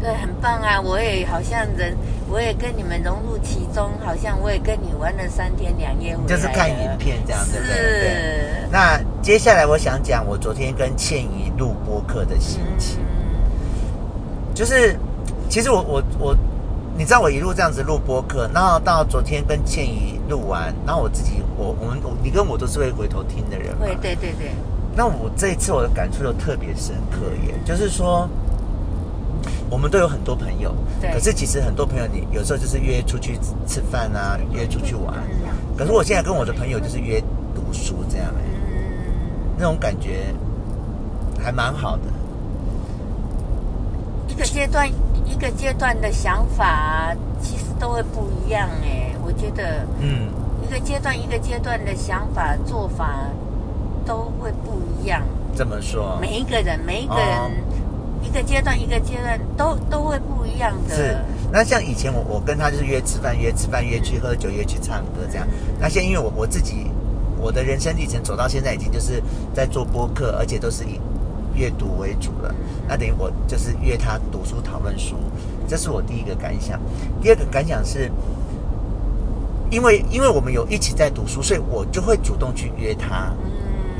[SPEAKER 1] 对，很棒啊！我也好像人，我也跟你们融入其中，好像我也跟你玩了三天两夜回来了，
[SPEAKER 2] 就是看影片这样对不对
[SPEAKER 1] 是。
[SPEAKER 2] 那接下来我想讲我昨天跟倩怡录播客的
[SPEAKER 1] 嗯
[SPEAKER 2] 心情，就是其实我我我，你知道我一路这样子录播客，然后到昨天跟倩怡录完，然后我自己我我们我你跟我都是会回头听的人
[SPEAKER 1] 嗯，
[SPEAKER 2] 嘛
[SPEAKER 1] 会，，对对对，
[SPEAKER 2] 那我这一次我的感触就特别深刻耶，就是说，我们都有很多朋友，
[SPEAKER 1] 对
[SPEAKER 2] 可是其实很多朋友你有时候就是约出去吃饭啊，约出去玩，
[SPEAKER 1] 嗯
[SPEAKER 2] 可是我现在跟我的朋友就是约读书这样耶，
[SPEAKER 1] 嗯，
[SPEAKER 2] 那种感觉还蛮好的。
[SPEAKER 1] 一个阶段一个阶段的想法其实都会不一样哎、我觉得
[SPEAKER 2] 嗯，
[SPEAKER 1] 一个阶段一个阶段的想法做法都会不一样，
[SPEAKER 2] 这么说？
[SPEAKER 1] 每一个人每一个人、
[SPEAKER 2] 哦
[SPEAKER 1] 一个阶段一个阶段都都会不一样
[SPEAKER 2] 是
[SPEAKER 1] 的，，
[SPEAKER 2] 那像以前我我跟他就是约吃饭、约吃饭、约去喝酒、约去唱歌这样。那现在因为我我自己我的人生历程走到现在，已经就是在做播客，而且都是以阅读为主了。那等于我就是约他读书、讨论书，这是我第一个感想。第二个感想是，因为因为我们有一起在读书，所以我就会主动去约他
[SPEAKER 1] 嗯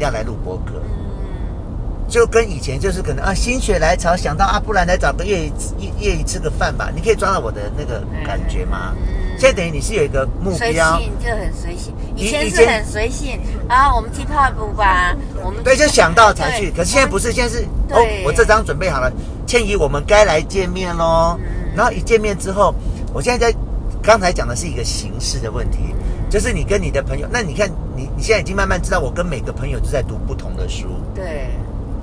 [SPEAKER 2] 要来录播客。
[SPEAKER 1] 嗯，
[SPEAKER 2] 就跟以前就是可能啊，心血来潮想到啊，不然来找个业余业业余吃个饭吧，你可以抓到我的那个感觉吗？
[SPEAKER 1] 嗯
[SPEAKER 2] 现在等于你是有一个目
[SPEAKER 1] 随
[SPEAKER 2] 标，
[SPEAKER 1] 性就很随性，
[SPEAKER 2] 以
[SPEAKER 1] 以前
[SPEAKER 2] 以
[SPEAKER 1] 是
[SPEAKER 2] 前
[SPEAKER 1] 很随性啊，我们去 pub 吧，我们
[SPEAKER 2] 对，
[SPEAKER 1] 去
[SPEAKER 2] 就想到才去。
[SPEAKER 1] 对
[SPEAKER 2] 可是现在不是，现在是哦
[SPEAKER 1] 对，
[SPEAKER 2] 我这张准备好了，倩怡，我们该来见面喽。
[SPEAKER 1] 嗯
[SPEAKER 2] 然后一见面之后，我现在在刚才讲的是一个形式的问题，就是你跟你的朋友，那你看你你现在已经慢慢知道，我跟每个朋友都在读不同的书。
[SPEAKER 1] 对。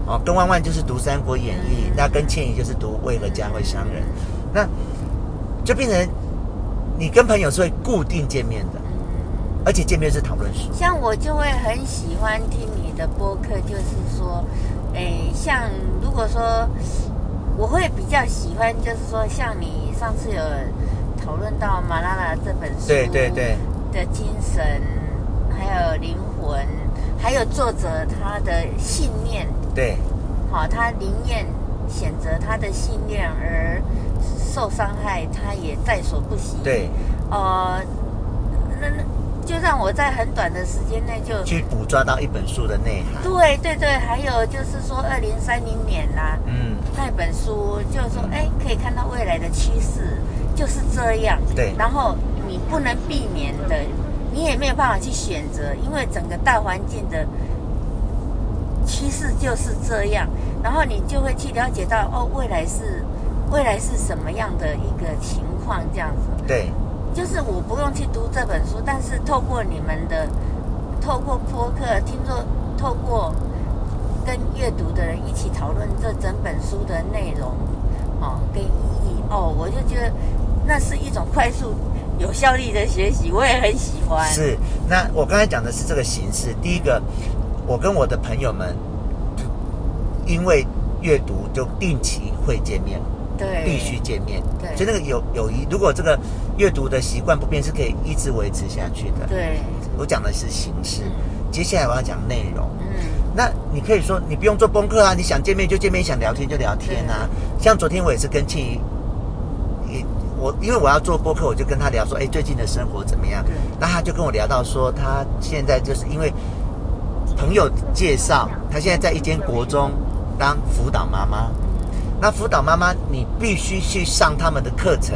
[SPEAKER 2] 哦，跟万万就是读《三国演义》那跟倩怡就是读《为何家会伤人》，那就变成你跟朋友是会固定见面的，而且见面是讨论书。
[SPEAKER 1] 像我就会很喜欢听你的播客，就是说，诶，像如果说我会比较喜欢，就是说，像你上次有讨论到马拉拉这本书，
[SPEAKER 2] 对对对，
[SPEAKER 1] 的精神，还有灵魂，还有作者他的信念，
[SPEAKER 2] 对
[SPEAKER 1] 好，他宁愿选择他的信念而受伤害，他也在所不惜。
[SPEAKER 2] 对，
[SPEAKER 1] 呃，那那就让我在很短的时间内就
[SPEAKER 2] 去捕捉到一本书的内涵。
[SPEAKER 1] 对对对，还有就是说，二零三零年啦、
[SPEAKER 2] 嗯，
[SPEAKER 1] 那本书就是说，哎，可以看到未来的趋势就是这样。
[SPEAKER 2] 对
[SPEAKER 1] 然后你不能避免的，你也没有办法去选择，因为整个大环境的趋势就是这样。然后你就会去了解到，哦，未来是未来是什么样的一个情况这样子。
[SPEAKER 2] 对
[SPEAKER 1] 就是我不用去读这本书，但是透过你们的，透过播客听众，透过跟阅读的人一起讨论这整本书的内容，哦，跟意义，哦，我就觉得那是一种快速有效率的学习，我也很喜欢。
[SPEAKER 2] 是，那我刚才讲的是这个形式。第一个，我跟我的朋友们，因为阅读就定期会见面，
[SPEAKER 1] 对，
[SPEAKER 2] 必须见面。
[SPEAKER 1] 对
[SPEAKER 2] 所以那个友友谊，如果这个阅读的习惯不变，是可以一直维持下去的。
[SPEAKER 1] 对，
[SPEAKER 2] 我讲的是形式
[SPEAKER 1] 嗯，
[SPEAKER 2] 接下来我要讲内容。
[SPEAKER 1] 嗯，
[SPEAKER 2] 那你可以说你不用做功课啊，你想见面就见面，想聊天就聊天啊。像昨天我也是跟庆怡，也我因为我要做播客，我就跟他聊说，哎，最近的生活怎么样
[SPEAKER 1] 对？
[SPEAKER 2] 那他就跟我聊到说，他现在就是因为朋友介绍，他现在在一间国中当辅导妈妈。那辅导妈妈，你必须去上他们的课程，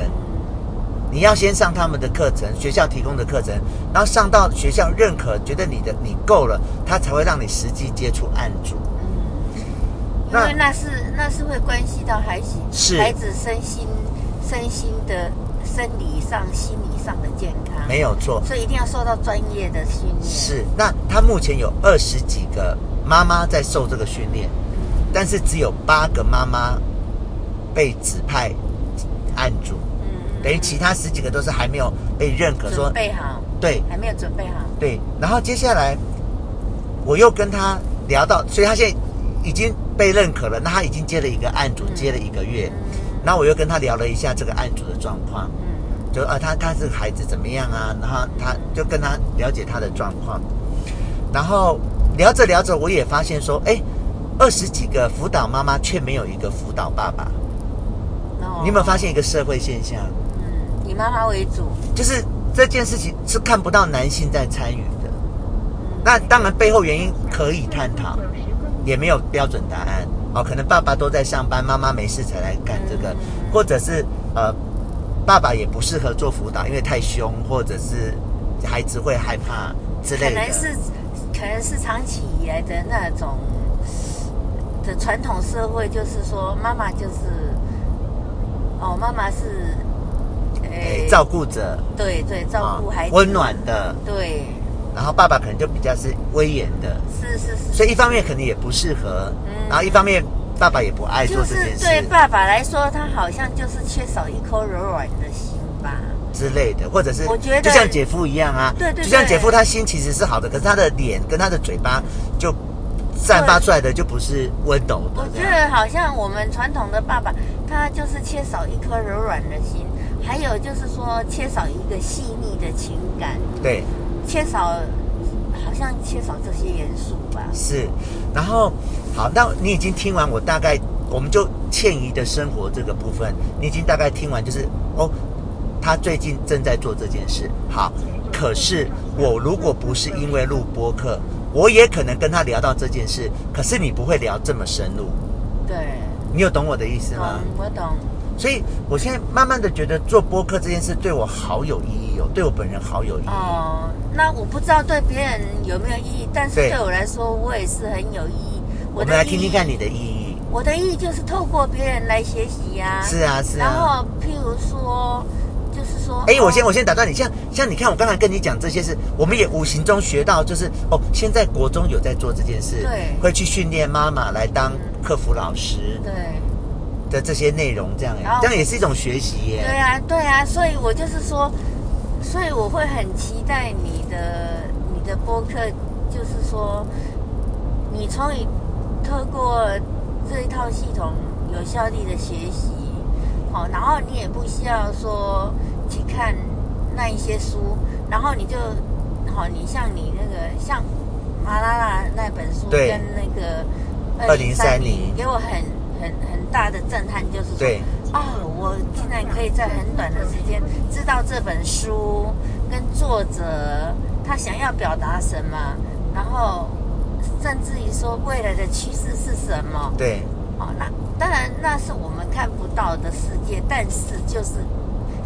[SPEAKER 2] 你要先上他们的课程，学校提供的课程，然后上到学校认可，觉得你的你够了，他才会让你实际接触案主。
[SPEAKER 1] 嗯因
[SPEAKER 2] 那
[SPEAKER 1] 为那是那是会关系到孩子
[SPEAKER 2] 是
[SPEAKER 1] 孩子身心身心的生理上、心理上的健康，
[SPEAKER 2] 没有错，
[SPEAKER 1] 所以一定要受到专业的训练。，
[SPEAKER 2] 是。那他目前有二十几个妈妈在受这个训练，但是只有八个妈妈被指派案主，
[SPEAKER 1] 嗯，
[SPEAKER 2] 等于其他十几个都是还没有被认可说
[SPEAKER 1] 准备好，
[SPEAKER 2] 对
[SPEAKER 1] 还没有准备好，
[SPEAKER 2] 对。然后接下来我又跟他聊到，所以他现在已经被认可了，那他已经接了一个案
[SPEAKER 1] 嗯
[SPEAKER 2] 主，接了一个月。然后我又跟他聊了一下这个案主的状况，
[SPEAKER 1] 嗯
[SPEAKER 2] 就啊，他他这个孩子怎么样啊？然后他就跟他了解他的状况，然后聊着聊着，我也发现说，哎，二十几个辅导妈妈却没有一个辅导爸爸。
[SPEAKER 1] 哦
[SPEAKER 2] 你有没有发现一个社会现象？
[SPEAKER 1] 嗯，以妈妈为主，
[SPEAKER 2] 就是这件事情是看不到男性在参与的。
[SPEAKER 1] 嗯
[SPEAKER 2] 那当然背后原因可以探讨，也没有标准答案哦。可能爸爸都在上班，妈妈没事才来干这个
[SPEAKER 1] 嗯，
[SPEAKER 2] 或者是呃，爸爸也不适合做辅导，因为太凶，或者是孩子会害怕之
[SPEAKER 1] 可
[SPEAKER 2] 类的。
[SPEAKER 1] 能是可能是长期以来的那种的传统社会，就是说妈妈就是哦，妈妈是
[SPEAKER 2] 哎
[SPEAKER 1] 诶、
[SPEAKER 2] 照顾者
[SPEAKER 1] 对对照顾
[SPEAKER 2] 啊
[SPEAKER 1] 孩子，
[SPEAKER 2] 温暖的，
[SPEAKER 1] 对，
[SPEAKER 2] 然后爸爸可能就比较是威严的，
[SPEAKER 1] 是是是，
[SPEAKER 2] 所以一方面可能也不适合，
[SPEAKER 1] 嗯
[SPEAKER 2] 然后一方面爸爸也不爱做
[SPEAKER 1] 就
[SPEAKER 2] 这
[SPEAKER 1] 是
[SPEAKER 2] 件事。
[SPEAKER 1] 对爸爸来说，他好像就是缺少一颗柔软的心吧。
[SPEAKER 2] 之类的，或者是
[SPEAKER 1] 我觉得
[SPEAKER 2] 就像姐夫一样啊，
[SPEAKER 1] 对对对
[SPEAKER 2] 就像姐夫他心其实是好的，可是他的脸跟他的嘴巴就散发出来的就不是温柔
[SPEAKER 1] 我
[SPEAKER 2] 的这
[SPEAKER 1] 觉
[SPEAKER 2] 样。
[SPEAKER 1] 得好像我们传统的爸爸，他就是缺少一颗柔软的心，还有就是说缺少一个细腻的情感，
[SPEAKER 2] 对，
[SPEAKER 1] 缺少好像缺少这些元素吧。
[SPEAKER 2] 是。然后好，那你已经听完我大概，我们就倩怡的生活这个部分，你已经大概听完，就是哦，他最近正在做这件事。好，可是我如果不是因为录播客，我也可能跟他聊到这件事，可是你不会聊这么深入。
[SPEAKER 1] 对，
[SPEAKER 2] 你有懂我的意思
[SPEAKER 1] 懂
[SPEAKER 2] 吗？，
[SPEAKER 1] 我懂。
[SPEAKER 2] 所以我现在慢慢的觉得做播客这件事对我好有意义哦，对我本人好有意义。
[SPEAKER 1] 哦，那我不知道对别人有没有意义，但是
[SPEAKER 2] 对
[SPEAKER 1] 对我来说，我也是很有意义。
[SPEAKER 2] 我
[SPEAKER 1] 我
[SPEAKER 2] 们来
[SPEAKER 1] 的意
[SPEAKER 2] 听
[SPEAKER 1] 义，
[SPEAKER 2] 听看你的意义。
[SPEAKER 1] 我的意义就是透过别人来学习呀、
[SPEAKER 2] 是啊，是
[SPEAKER 1] 然
[SPEAKER 2] 啊。
[SPEAKER 1] 后，譬如说，就是说，
[SPEAKER 2] 哎，我先
[SPEAKER 1] 哦
[SPEAKER 2] 我先打断你，像像你看我刚才跟你讲这些事，我们也无形中学到，就是哦，现在国中有在做这件事，
[SPEAKER 1] 对
[SPEAKER 2] 会去训练妈妈来当
[SPEAKER 1] 嗯
[SPEAKER 2] 客服老师
[SPEAKER 1] 对。
[SPEAKER 2] 的这些内容，这样
[SPEAKER 1] 然
[SPEAKER 2] 哎
[SPEAKER 1] 后，
[SPEAKER 2] 这样也是一种学习耶。
[SPEAKER 1] 哦对啊，对啊，所以我就是说，所以我会很期待你的你的播客，就是说，你从你透过这一套系统有效率的学习，好、然后你也不需要说去看那一些书，然后你就好、你像你那个像马拉拉那本书
[SPEAKER 2] 对
[SPEAKER 1] 跟那个
[SPEAKER 2] 2030
[SPEAKER 1] 给我很很很大的震撼，就是说
[SPEAKER 2] 对。
[SPEAKER 1] 哦，我竟然可以在很短的时间知道这本书跟作者他想要表达什么，然后甚至于说未来的趋势是什么。
[SPEAKER 2] 对
[SPEAKER 1] 哦，那当然那是我们看不到的世界，但是就是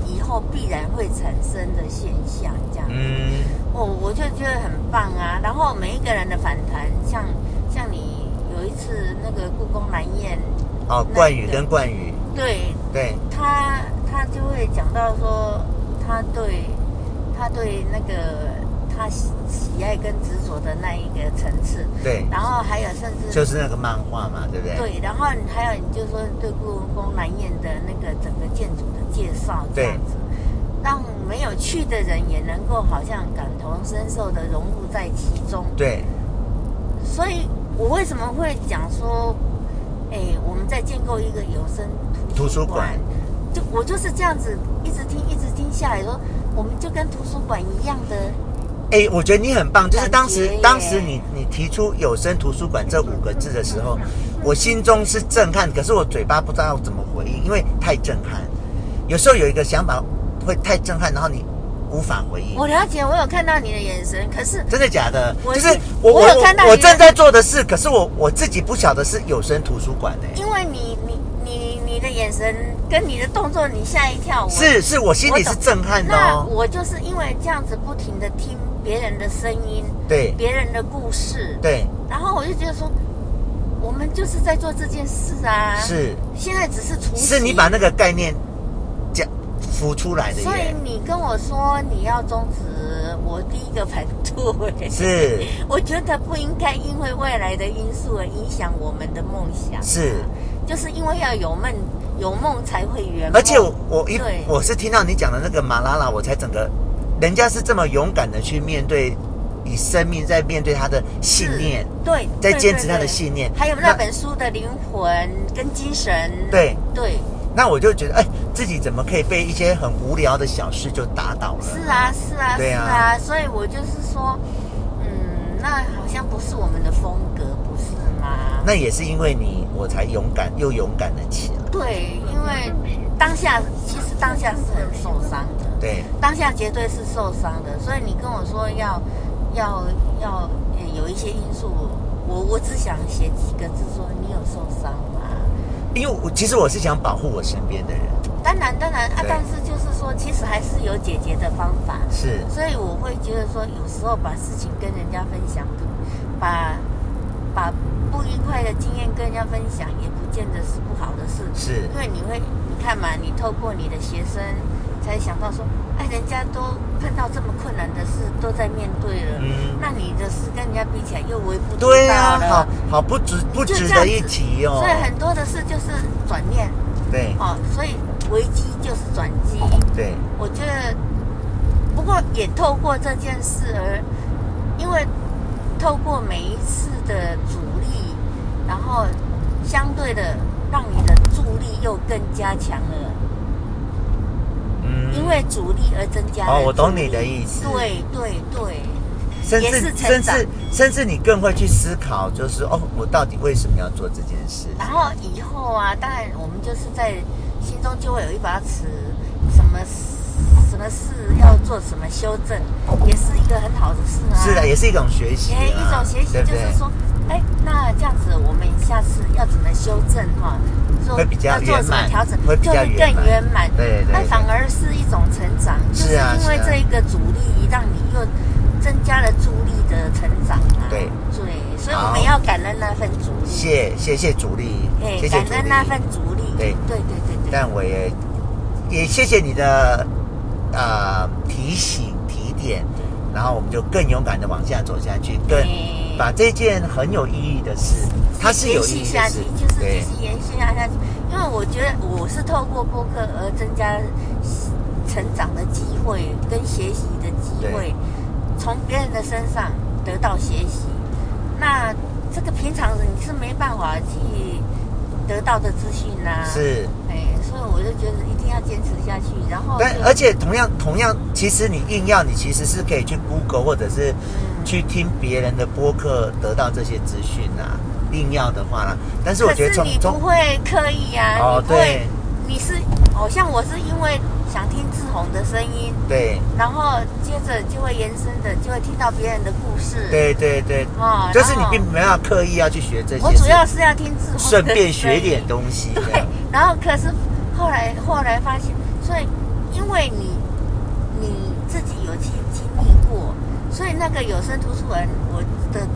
[SPEAKER 1] 以后必然会产生的现象，这样。
[SPEAKER 2] 嗯，
[SPEAKER 1] 我我就觉得很棒啊。然后每一个人的反弹，像像你有一次那个故宫南燕，
[SPEAKER 2] 哦，
[SPEAKER 1] 那
[SPEAKER 2] 冠宇
[SPEAKER 1] 对
[SPEAKER 2] 跟冠宇，
[SPEAKER 1] 对
[SPEAKER 2] 对
[SPEAKER 1] 他他就会讲到说，他对他对那个他喜喜爱跟执着的那一个层次，
[SPEAKER 2] 对，
[SPEAKER 1] 然后还有甚至
[SPEAKER 2] 就是那个漫画嘛，对不对？
[SPEAKER 1] 对，然后你还有你就说对故宫南院的那个整个建筑的介绍这
[SPEAKER 2] 对
[SPEAKER 1] 样子，让没有去的人也能够好像感同身受的融入在其中。
[SPEAKER 2] 对
[SPEAKER 1] 所以我为什么会讲说，哎，我们在建构一个有声图
[SPEAKER 2] 图书
[SPEAKER 1] 书
[SPEAKER 2] 馆
[SPEAKER 1] 馆，就我就是这样子一直听一直听下来说，我们就跟图书馆一样的，
[SPEAKER 2] 哎，我觉得你很棒，就是当
[SPEAKER 1] 感
[SPEAKER 2] 时
[SPEAKER 1] 觉耶
[SPEAKER 2] 当时你你提出“有声图书馆”这五个字的时候，我心中是震撼，可是我嘴巴不知道要怎么回应，因为太震撼。有时候有一个想法会太震撼，然后你无法回应。
[SPEAKER 1] 我了解，我有看到你的眼神，可是
[SPEAKER 2] 真的假的？
[SPEAKER 1] 我
[SPEAKER 2] 就是
[SPEAKER 1] 是
[SPEAKER 2] 我
[SPEAKER 1] 我有看到
[SPEAKER 2] 我
[SPEAKER 1] 你的
[SPEAKER 2] 正在做的事，可是我我自己不晓得是有声图书馆呢、
[SPEAKER 1] 因为你你你你的眼神跟你的动作，你吓一跳，我
[SPEAKER 2] 是是，我心里是震撼的
[SPEAKER 1] 那
[SPEAKER 2] 哦。
[SPEAKER 1] 我就是因为这样子不停的听别人的声音，
[SPEAKER 2] 对
[SPEAKER 1] 别人的故事，
[SPEAKER 2] 对
[SPEAKER 1] 然后我就觉得说，我们就是在做这件事啊，，
[SPEAKER 2] 是
[SPEAKER 1] 现在只是雏形，
[SPEAKER 2] 是你把那个概念讲浮出来的
[SPEAKER 1] 所以
[SPEAKER 2] 耶，
[SPEAKER 1] 你跟我说你要终止，我第一个反对，
[SPEAKER 2] 是
[SPEAKER 1] 我觉得不应该因为外来的因素而影响我们的梦想，啊
[SPEAKER 2] 是，
[SPEAKER 1] 就是因为要有梦，有梦才会圆梦，
[SPEAKER 2] 而且我我一
[SPEAKER 1] 对
[SPEAKER 2] 我是听到你讲的那个马拉拉，我才整个人家是这么勇敢的去面对以生命在面对他的信
[SPEAKER 1] 是
[SPEAKER 2] 念，
[SPEAKER 1] 对，
[SPEAKER 2] 在
[SPEAKER 1] 对
[SPEAKER 2] 坚持他的
[SPEAKER 1] 对对
[SPEAKER 2] 信念
[SPEAKER 1] 还有那
[SPEAKER 2] 那
[SPEAKER 1] 本书的灵魂跟精神，
[SPEAKER 2] 对。
[SPEAKER 1] 对，
[SPEAKER 2] 那我就觉得，哎，自己怎么可以被一些很无聊的小事就打倒了？
[SPEAKER 1] 是啊，是啊，
[SPEAKER 2] 对
[SPEAKER 1] 是
[SPEAKER 2] 啊
[SPEAKER 1] 啊，所以我就是说，嗯，那好像不是我们的风格，不是吗？
[SPEAKER 2] 那也是因为你，我才勇敢又勇敢了起来。
[SPEAKER 1] 对，因为当下其实当下是很受伤的，
[SPEAKER 2] 对，
[SPEAKER 1] 当下绝对是受伤的，所以你跟我说要要要、呃有一些因素，我我只想写几个字说你有受伤吗？
[SPEAKER 2] 因为我其实我是想保护我身边的人，
[SPEAKER 1] 当然当然啊
[SPEAKER 2] 对，
[SPEAKER 1] 但是就是说，其实还是有解决的方法。
[SPEAKER 2] 是
[SPEAKER 1] 所以我会觉得说，有时候把事情跟人家分享，把把不愉快的经验跟人家分享，也不见得是不好的事。
[SPEAKER 2] 是
[SPEAKER 1] 因为你会，你看嘛，你透过你的学生，才想到说，哎，人家都碰到这么困难的事，都在面对了，
[SPEAKER 2] 嗯
[SPEAKER 1] 那你的事跟人家比起来又微不足
[SPEAKER 2] 对
[SPEAKER 1] 道
[SPEAKER 2] 啊，
[SPEAKER 1] 了。
[SPEAKER 2] 好好不值不值得一提哦
[SPEAKER 1] 所。以很多的事就是转念，
[SPEAKER 2] 对
[SPEAKER 1] 哦，所以危机就是转机。
[SPEAKER 2] 对
[SPEAKER 1] 我觉得，不过也透过这件事而，因为透过每一次的阻力，然后相对的让你的助力又更加强了，
[SPEAKER 2] 嗯
[SPEAKER 1] 因为阻力而增加了
[SPEAKER 2] 哦我懂
[SPEAKER 1] 助力
[SPEAKER 2] 你的意思
[SPEAKER 1] 对对对，
[SPEAKER 2] 甚
[SPEAKER 1] 也
[SPEAKER 2] 至
[SPEAKER 1] 是成
[SPEAKER 2] 甚
[SPEAKER 1] 长
[SPEAKER 2] 至甚至你更会去思考，就是哦，我到底为什么要做这件事？
[SPEAKER 1] 然后以后啊，当然我们就是在心中就会有一把尺，什么什么事要做什么修正，也是一个很好的事啊。
[SPEAKER 2] 是啊，也是一种学习啊，
[SPEAKER 1] 也哎一种学习
[SPEAKER 2] 对不
[SPEAKER 1] 就
[SPEAKER 2] 对
[SPEAKER 1] 是说，哎，那这样子我们下次要怎么修正哈？说
[SPEAKER 2] 会比较
[SPEAKER 1] 要做什么
[SPEAKER 2] 圆满
[SPEAKER 1] 调整，
[SPEAKER 2] 会比
[SPEAKER 1] 就
[SPEAKER 2] 较
[SPEAKER 1] 会
[SPEAKER 2] 圆满
[SPEAKER 1] 更圆满。
[SPEAKER 2] 对对
[SPEAKER 1] 那
[SPEAKER 2] 对
[SPEAKER 1] 反而是一种成长，就是
[SPEAKER 2] 啊
[SPEAKER 1] 因为
[SPEAKER 2] 是啊
[SPEAKER 1] 这一个阻力让你又增加了助力的成长啊。
[SPEAKER 2] 对
[SPEAKER 1] 对，所以
[SPEAKER 2] 好
[SPEAKER 1] 我们要感恩那份阻力，
[SPEAKER 2] 谢谢谢主力，
[SPEAKER 1] 哎
[SPEAKER 2] 谢，谢
[SPEAKER 1] 感
[SPEAKER 2] 主
[SPEAKER 1] 恩那
[SPEAKER 2] 力
[SPEAKER 1] 份。阻力。
[SPEAKER 2] 对
[SPEAKER 1] 对对对对，
[SPEAKER 2] 但我也也谢谢你的呃提醒提点，然后我们就更勇敢的往下走下去，更
[SPEAKER 1] 哎
[SPEAKER 2] 把这件很有意义的事，它是
[SPEAKER 1] 延
[SPEAKER 2] 有意
[SPEAKER 1] 续
[SPEAKER 2] 义
[SPEAKER 1] 下
[SPEAKER 2] 的
[SPEAKER 1] 去
[SPEAKER 2] 事，，
[SPEAKER 1] 就是继
[SPEAKER 2] 对
[SPEAKER 1] 续延续下去。因为我觉得我是透过播客而增加成长的机会跟学习的机会，从别人的身上得到学习。那这个平常人是没办法去得到的资讯呐、，
[SPEAKER 2] 是。
[SPEAKER 1] 哎，所以我就觉得一定要坚持下去，然后
[SPEAKER 2] 但
[SPEAKER 1] 就
[SPEAKER 2] 而且同样同样，其实你硬要你其实是可以去 Google 或者是
[SPEAKER 1] 嗯
[SPEAKER 2] 去听别人的播客得到这些资讯啊，硬要的话啦。但是我
[SPEAKER 1] 可
[SPEAKER 2] 觉得
[SPEAKER 1] 是
[SPEAKER 2] 从
[SPEAKER 1] 你不
[SPEAKER 2] 从
[SPEAKER 1] 会刻意啊，
[SPEAKER 2] 哦
[SPEAKER 1] 你不会
[SPEAKER 2] 对，
[SPEAKER 1] 你是好像我是因为想听志宏的声音，
[SPEAKER 2] 对
[SPEAKER 1] 然后接着就会延伸的，就会听到别人的故事。，
[SPEAKER 2] 对对对，
[SPEAKER 1] 哦，
[SPEAKER 2] 就是你
[SPEAKER 1] 然后
[SPEAKER 2] 并没有刻意要去学这些事，
[SPEAKER 1] 我主要是要听自
[SPEAKER 2] 顺便学点东西。这
[SPEAKER 1] 对
[SPEAKER 2] 样，
[SPEAKER 1] 然后可是后来后来发现，所以因为你你自己有去经历过，所以那个有声图书馆，我的
[SPEAKER 2] 嗯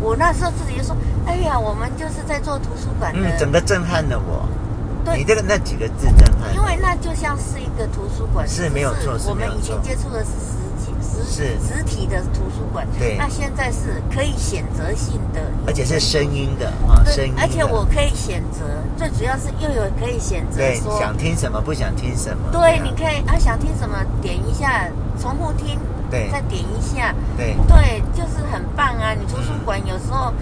[SPEAKER 1] 我那时候自己就说，哎呀，我们就是在做图书馆的，
[SPEAKER 2] 嗯，整个震撼了我。
[SPEAKER 1] 对
[SPEAKER 2] 你这个那几个字震撼，
[SPEAKER 1] 因为那就像是一个图书馆，
[SPEAKER 2] 是
[SPEAKER 1] 只
[SPEAKER 2] 没有错是
[SPEAKER 1] 我
[SPEAKER 2] 没
[SPEAKER 1] 们
[SPEAKER 2] 有
[SPEAKER 1] 以前
[SPEAKER 2] 错
[SPEAKER 1] 接触的是实体实
[SPEAKER 2] 是
[SPEAKER 1] 实体的图书馆，
[SPEAKER 2] 对
[SPEAKER 1] 那现在是可以选择性的，
[SPEAKER 2] 而且是声音的啊，
[SPEAKER 1] 对
[SPEAKER 2] 声音的。
[SPEAKER 1] 而且我可以选择，最主要是又有可以选择
[SPEAKER 2] 对
[SPEAKER 1] 说，
[SPEAKER 2] 想听什么不想听什么，
[SPEAKER 1] 对，
[SPEAKER 2] 这
[SPEAKER 1] 你
[SPEAKER 2] 样
[SPEAKER 1] 可以啊，想听什么点一下，重复听，
[SPEAKER 2] 对
[SPEAKER 1] 再点一下，
[SPEAKER 2] 对，
[SPEAKER 1] 对，就是很棒啊！你图书馆有时候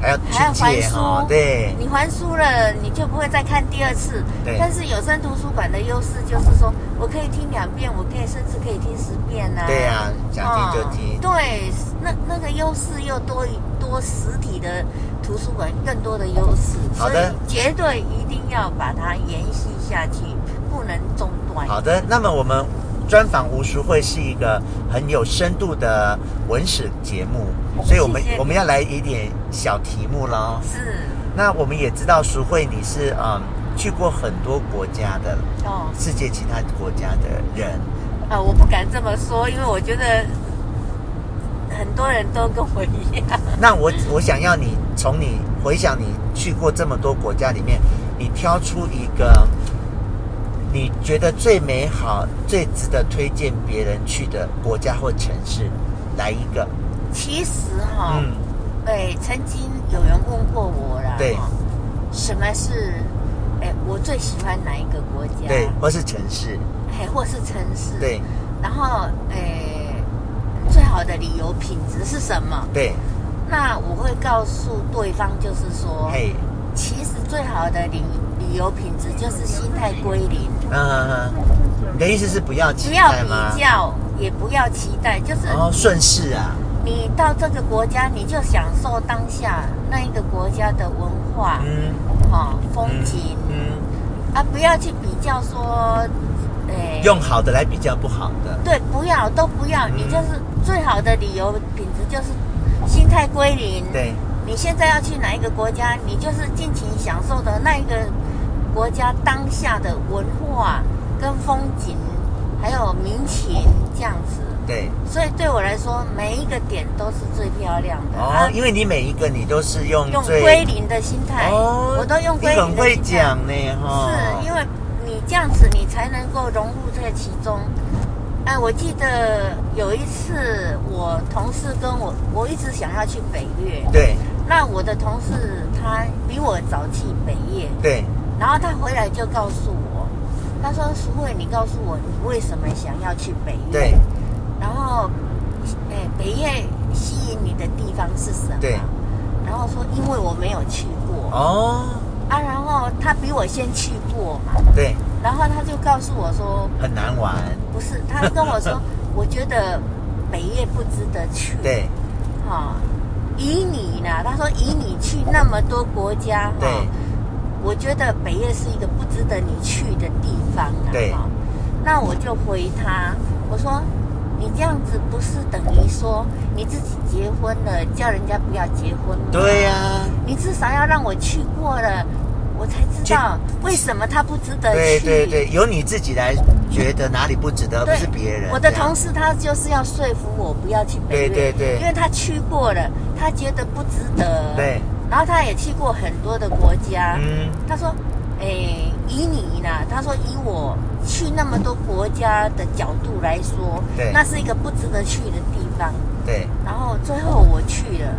[SPEAKER 2] 还要
[SPEAKER 1] 还要
[SPEAKER 2] 嗯去
[SPEAKER 1] 还
[SPEAKER 2] 借
[SPEAKER 1] 书，
[SPEAKER 2] 哈，对
[SPEAKER 1] 你还书了，你就不会再看第二次。
[SPEAKER 2] 对
[SPEAKER 1] 但是有声图书馆的优势就是说，我可以听两遍，我可以甚至可以听十遍啊呐、
[SPEAKER 2] 对啊呀，想听就
[SPEAKER 1] 哦
[SPEAKER 2] 听，
[SPEAKER 1] 对，那那个优势又多一多实体的图书馆更多的优势，
[SPEAKER 2] 好的
[SPEAKER 1] 所以绝对一定要把它延续下去，不能中断。
[SPEAKER 2] 好的，那么我们专访吴淑慧是一个很有深度的文史节目，所以我们
[SPEAKER 1] 哦谢谢你
[SPEAKER 2] 我们要来一点小题目喽。
[SPEAKER 1] 是
[SPEAKER 2] 那我们也知道淑慧你是嗯去过很多国家的，
[SPEAKER 1] 哦，
[SPEAKER 2] 世界其他国家的人，
[SPEAKER 1] 啊，我不敢这么说，因为我觉得很多人都跟我一样。
[SPEAKER 2] 那我我想要你从你回想你去过这么多国家里面，你挑出一个你觉得最美好、最值得推荐别人去的国家或城市，来一个。
[SPEAKER 1] 其实哈、
[SPEAKER 2] 嗯，
[SPEAKER 1] 哎，曾经有人问过我啦，
[SPEAKER 2] 对
[SPEAKER 1] 哈，什么是哎我最喜欢哪一个国家？
[SPEAKER 2] 对，或是城市，
[SPEAKER 1] 哎，或是城市？
[SPEAKER 2] 对。
[SPEAKER 1] 然后哎，最好的旅游品质是什么？
[SPEAKER 2] 对，
[SPEAKER 1] 那我会告诉对方，就是说，
[SPEAKER 2] 嘿，
[SPEAKER 1] 其实最好的旅旅游品质就是心态归零，
[SPEAKER 2] 嗯、你的意思是不要期
[SPEAKER 1] 不要
[SPEAKER 2] 待吗？
[SPEAKER 1] 比较，也不要期待，就是
[SPEAKER 2] 然后顺势啊，
[SPEAKER 1] 你到这个国家，你就享受当下那一个国家的文化。
[SPEAKER 2] 嗯，
[SPEAKER 1] 哦，风景、
[SPEAKER 2] 嗯，
[SPEAKER 1] 啊，不要去比较说，诶、
[SPEAKER 2] 嗯用嗯好的来比较不好的，
[SPEAKER 1] 对，不要都不要，你就是最好的旅游品质就是心态归零。，
[SPEAKER 2] 对，
[SPEAKER 1] 你现在要去哪一个国家，你就是尽情享受的那一个国家当下的文化跟风景，还有民情这样子。
[SPEAKER 2] 对，
[SPEAKER 1] 所以对我来说，每一个点都是最漂亮的。
[SPEAKER 2] 哦，因为你每一个你都是用
[SPEAKER 1] 啊用
[SPEAKER 2] 最
[SPEAKER 1] 归零的心态，
[SPEAKER 2] 哦，
[SPEAKER 1] 我都用归
[SPEAKER 2] 你
[SPEAKER 1] 零
[SPEAKER 2] 很
[SPEAKER 1] 的
[SPEAKER 2] 会
[SPEAKER 1] 心态。
[SPEAKER 2] 讲呢，啊哈，
[SPEAKER 1] 是因为你这样子，你才能够融入在其中。哎，我记得有一次，我同事跟我，我一直想要去北越。
[SPEAKER 2] 对
[SPEAKER 1] 那我的同事他比我早去北越，
[SPEAKER 2] 对，
[SPEAKER 1] 然后他回来就告诉我，他说：“淑慧，你告诉我你为什么想要去北越？
[SPEAKER 2] 对，
[SPEAKER 1] 然后，哎，北越吸引你的地方是什么？”
[SPEAKER 2] 对
[SPEAKER 1] 然后说：“因为我没有去过、
[SPEAKER 2] 哦，
[SPEAKER 1] 啊。”然后他比我先去过嘛。
[SPEAKER 2] 对，
[SPEAKER 1] 然后他就告诉我说，
[SPEAKER 2] 很难玩，
[SPEAKER 1] 不是，他跟我说，我觉得北夜不值得去。，
[SPEAKER 2] 对
[SPEAKER 1] 哈、以你呢，他说以你去那么多国家，哈、
[SPEAKER 2] 对
[SPEAKER 1] 我觉得北夜是一个不值得你去的地方啊。
[SPEAKER 2] 对
[SPEAKER 1] 哈那我就回他，我说。你这样子不是等于说你自己结婚了，叫人家不要结婚吗？
[SPEAKER 2] 对呀、
[SPEAKER 1] 你至少要让我去过了，我才知
[SPEAKER 2] 去
[SPEAKER 1] 道为什么他不值得
[SPEAKER 2] 对
[SPEAKER 1] 去。
[SPEAKER 2] 对对，由你自己来觉得哪里不值得，而不
[SPEAKER 1] 对，
[SPEAKER 2] 是别人。
[SPEAKER 1] 我的
[SPEAKER 2] 这样
[SPEAKER 1] 同事他就是要说服我不要去北越，
[SPEAKER 2] 对对对
[SPEAKER 1] 因为他去过了，他觉得不值得。
[SPEAKER 2] 对，
[SPEAKER 1] 然后他也去过很多的国家。
[SPEAKER 2] 嗯，
[SPEAKER 1] 他说：“诶，以你呢？他说以我去那么多国家的角度来说，
[SPEAKER 2] 对
[SPEAKER 1] 那是一个不值得去的地方。
[SPEAKER 2] 对，
[SPEAKER 1] 然后最后我去了，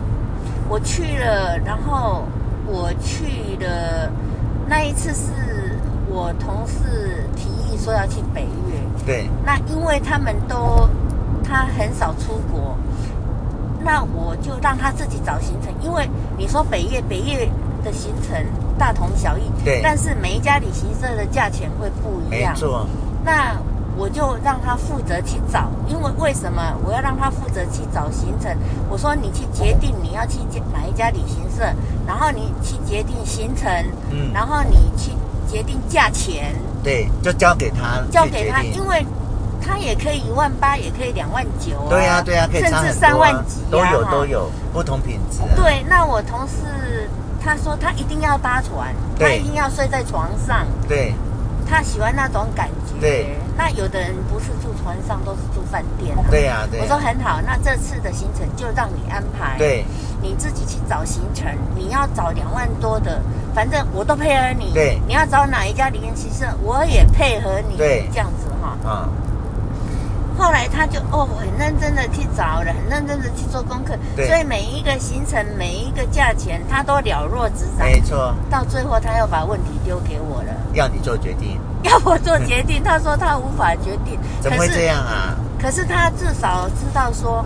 [SPEAKER 1] 我去了，然后我去了。那一次是我同事提议说要去北越，
[SPEAKER 2] 对，
[SPEAKER 1] 那因为他们都他很少出国，那我就让他自己找行程。因为你说北越北越的行程大同小异，
[SPEAKER 2] 对
[SPEAKER 1] 但是每一家旅行社的价钱会不一
[SPEAKER 2] 没
[SPEAKER 1] 样。
[SPEAKER 2] 错，
[SPEAKER 1] 那我就让他负责去找，因为为什么我要让他负责去找行程？我说你去决定你要去哪一家旅行社，然后你去决定行程，
[SPEAKER 2] 嗯
[SPEAKER 1] 然后你去决定价钱。
[SPEAKER 2] 对，就交给他
[SPEAKER 1] 交
[SPEAKER 2] 去
[SPEAKER 1] 给
[SPEAKER 2] 决
[SPEAKER 1] 他，
[SPEAKER 2] 定
[SPEAKER 1] 因为他也可以一万八，也可以两万九、啊，
[SPEAKER 2] 对呀、对呀、可以
[SPEAKER 1] 甚
[SPEAKER 2] 差
[SPEAKER 1] 至
[SPEAKER 2] 很多啊、
[SPEAKER 1] 三万几、啊、
[SPEAKER 2] 都有
[SPEAKER 1] 哈
[SPEAKER 2] 都。有不同品质、啊。，
[SPEAKER 1] 对，那我同事他说他一定要搭船，他
[SPEAKER 2] 对
[SPEAKER 1] 一定要睡在床上，
[SPEAKER 2] 对
[SPEAKER 1] 他喜欢那种感觉。
[SPEAKER 2] 对
[SPEAKER 1] 那有的人不是住船上，都是住饭店、啊。
[SPEAKER 2] 对呀、对
[SPEAKER 1] 我
[SPEAKER 2] 呀、
[SPEAKER 1] 说很好，那这次的行程就让你安排，
[SPEAKER 2] 对
[SPEAKER 1] 你自己去找行程。你要找两万多的，反正我都配合你。
[SPEAKER 2] 对
[SPEAKER 1] 你要找哪一家联系社，我也配合你。
[SPEAKER 2] 对
[SPEAKER 1] 这样子哈、
[SPEAKER 2] 啊、
[SPEAKER 1] 后来他就哦，很认真的去找了，很认真的去做功课，
[SPEAKER 2] 对
[SPEAKER 1] 所以每一个行程、每一个价钱，他都了若指掌。
[SPEAKER 2] 没错，
[SPEAKER 1] 到最后，他又把问题丢给我了，
[SPEAKER 2] 要你做决定，
[SPEAKER 1] 要我做决定。他说他无法决定，
[SPEAKER 2] 怎么会
[SPEAKER 1] 可是
[SPEAKER 2] 这样啊？
[SPEAKER 1] 可是他至少知道说，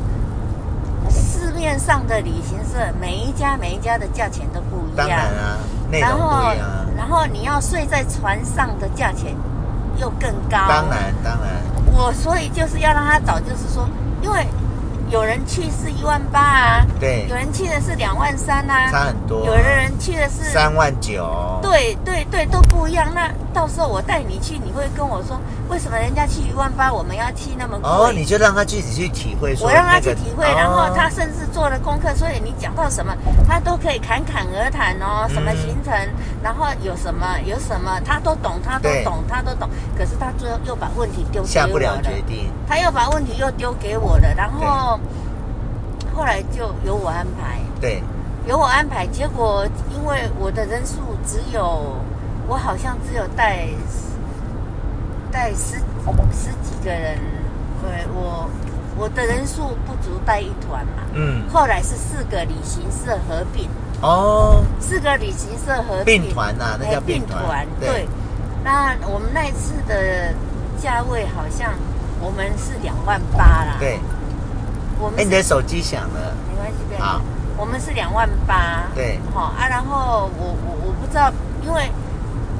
[SPEAKER 1] 市面上的旅行社每一家每一家的价钱都不一
[SPEAKER 2] 当
[SPEAKER 1] 样，
[SPEAKER 2] 然啊，内容
[SPEAKER 1] 然
[SPEAKER 2] 不
[SPEAKER 1] 后
[SPEAKER 2] 一样啊，
[SPEAKER 1] 然后你要睡在船上的价钱又更高。
[SPEAKER 2] 当，然啊当然，
[SPEAKER 1] 我所以就是要让他找，就是说，因为有人去是一万八啊，
[SPEAKER 2] 对
[SPEAKER 1] 有，人去的是两万三啊，
[SPEAKER 2] 差很多啊、
[SPEAKER 1] 有的人去的是
[SPEAKER 2] 三万九，
[SPEAKER 1] 对对对，都不一样。那到时候我带你去，你会跟我说，为什么人家去一万八，我们要去那么贵？
[SPEAKER 2] 哦，你就让他自己去体会说
[SPEAKER 1] 我
[SPEAKER 2] 那个、
[SPEAKER 1] 让他去体会，
[SPEAKER 2] 哦
[SPEAKER 1] 然后他甚至做了功课，所以你讲到什么，他都可以侃侃而谈哦，什么
[SPEAKER 2] 嗯
[SPEAKER 1] 行程，然后有什么有什么，他都懂，他都
[SPEAKER 2] 对
[SPEAKER 1] 懂，他都懂。可是他最后又把问题丢给
[SPEAKER 2] 下不
[SPEAKER 1] 我
[SPEAKER 2] 了
[SPEAKER 1] 了，
[SPEAKER 2] 决定，
[SPEAKER 1] 他又把问题又丢给我了，然后后来就由我安排，
[SPEAKER 2] 对，
[SPEAKER 1] 由我安排。结果因为我的人数只有，我好像只有带带十十几个人，对我我的人数不足带一团嘛。
[SPEAKER 2] 嗯，
[SPEAKER 1] 后来是四个旅行社合并，
[SPEAKER 2] 哦，
[SPEAKER 1] 四个旅行社合并
[SPEAKER 2] 并团呐、啊，那
[SPEAKER 1] 哎
[SPEAKER 2] 叫并
[SPEAKER 1] 并
[SPEAKER 2] 团，
[SPEAKER 1] 对。那我们那一次的价位好像我们是两万八啦。，
[SPEAKER 2] 对，
[SPEAKER 1] 我
[SPEAKER 2] 哎、
[SPEAKER 1] 们是
[SPEAKER 2] 你的手机响了，
[SPEAKER 1] 没关系，不要紧
[SPEAKER 2] 好，
[SPEAKER 1] 我们是两万八。
[SPEAKER 2] 对，
[SPEAKER 1] 好啊，然后我我我不知道，因为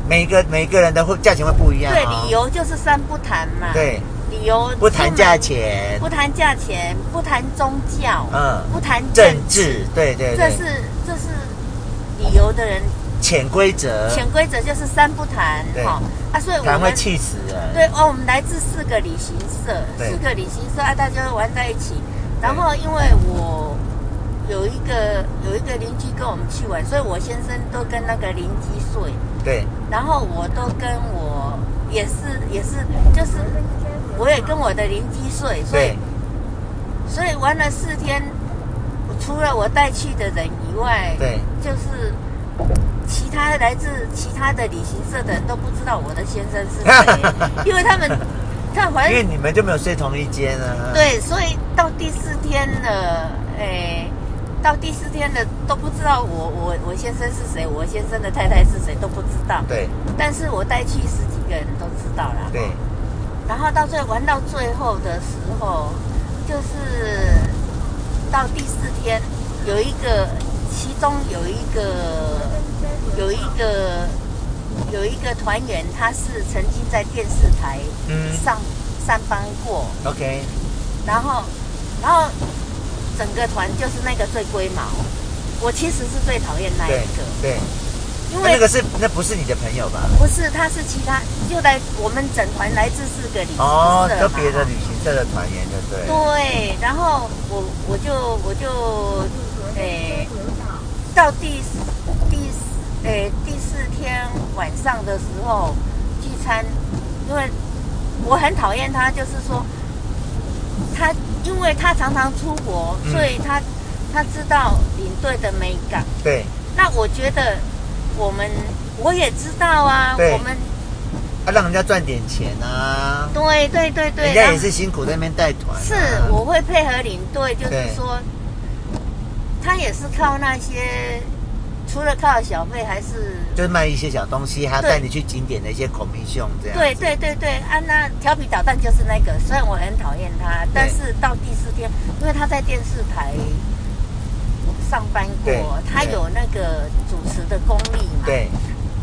[SPEAKER 2] 每个每个人的会价钱会不一样、
[SPEAKER 1] 对
[SPEAKER 2] 哦，
[SPEAKER 1] 理由就是三不谈嘛。，
[SPEAKER 2] 对，
[SPEAKER 1] 理由
[SPEAKER 2] 不谈价
[SPEAKER 1] 钱，
[SPEAKER 2] 钱，
[SPEAKER 1] 不谈价钱，不谈宗教，
[SPEAKER 2] 嗯，
[SPEAKER 1] 不谈
[SPEAKER 2] 政治，对对
[SPEAKER 1] 这
[SPEAKER 2] 对，
[SPEAKER 1] 是这是理由的人
[SPEAKER 2] 潜规则，
[SPEAKER 1] 潜规则就是三不谈
[SPEAKER 2] 嗯对
[SPEAKER 1] 哈、啊，所以我
[SPEAKER 2] 谈会
[SPEAKER 1] 们
[SPEAKER 2] 气死人，
[SPEAKER 1] 对哦，我们来自四个旅行社，
[SPEAKER 2] 对
[SPEAKER 1] 四个旅行社啊，大家都玩在一起。然后因为我有一个有一个邻居跟我们去玩，所以我先生都跟那个邻居睡，
[SPEAKER 2] 对
[SPEAKER 1] 然后我都跟我也是也是就是我也跟我的邻居睡，所以
[SPEAKER 2] 对
[SPEAKER 1] 所以玩了四天，除了我带去的人以外，
[SPEAKER 2] 对，
[SPEAKER 1] 就是其他来自其他的旅行社的人都不知道我的先生是 谁，因为他们他反
[SPEAKER 2] 因为
[SPEAKER 1] 正
[SPEAKER 2] 你们就没有睡同一间啊，，
[SPEAKER 1] 对，所以到第四天了，哎，到第四天了都不知道我我我先生是谁，我先生的太太是谁都不知道。
[SPEAKER 2] 对
[SPEAKER 1] 但是我带去十几个人都知道啦。
[SPEAKER 2] 对，
[SPEAKER 1] 然后到最后玩到最后的时候，就是到第四天，有一个，其中有一个，有一个，有一个团员，他是曾经在电视台
[SPEAKER 2] 嗯
[SPEAKER 1] 上、上班过，
[SPEAKER 2] ，OK，
[SPEAKER 1] 然后，然后整个团就是那个最龟毛，我其实是最讨厌那一
[SPEAKER 2] 对
[SPEAKER 1] 个，
[SPEAKER 2] 对，
[SPEAKER 1] 因
[SPEAKER 2] 那
[SPEAKER 1] 为
[SPEAKER 2] 那个是那不是你的朋友吧？
[SPEAKER 1] 不是他是其他，就来我们整团来自四个旅行社
[SPEAKER 2] 哦，
[SPEAKER 1] 嘛
[SPEAKER 2] 都别的旅行社的团员，对不对？
[SPEAKER 1] 对，然后我我就我就诶、到第四第四诶、第四天晚上的时候聚餐，因为我很讨厌他，就是说他因为他常常出国，
[SPEAKER 2] 嗯
[SPEAKER 1] 所以他他知道领队的美感。
[SPEAKER 2] 对，
[SPEAKER 1] 那我觉得我们我也知道啊，
[SPEAKER 2] 对
[SPEAKER 1] 我们
[SPEAKER 2] 啊，让人家赚点钱啊，
[SPEAKER 1] 对对对对，
[SPEAKER 2] 人家
[SPEAKER 1] 然
[SPEAKER 2] 也
[SPEAKER 1] 后
[SPEAKER 2] 是辛苦在那边带团啊、
[SPEAKER 1] 是，我会配合领队，就是
[SPEAKER 2] 对
[SPEAKER 1] 说，他也是靠那些，除了靠小费，还是
[SPEAKER 2] 就是卖一些小东西，还要
[SPEAKER 1] 对
[SPEAKER 2] 带你去景点的一些 commission 这样。
[SPEAKER 1] 对对对对，安娜调皮捣蛋就是那个。虽然我很讨厌他，但是到第四天，因为他在电视台上班
[SPEAKER 2] 对
[SPEAKER 1] 过，他
[SPEAKER 2] 对
[SPEAKER 1] 有那个主持的功力嘛。。
[SPEAKER 2] 对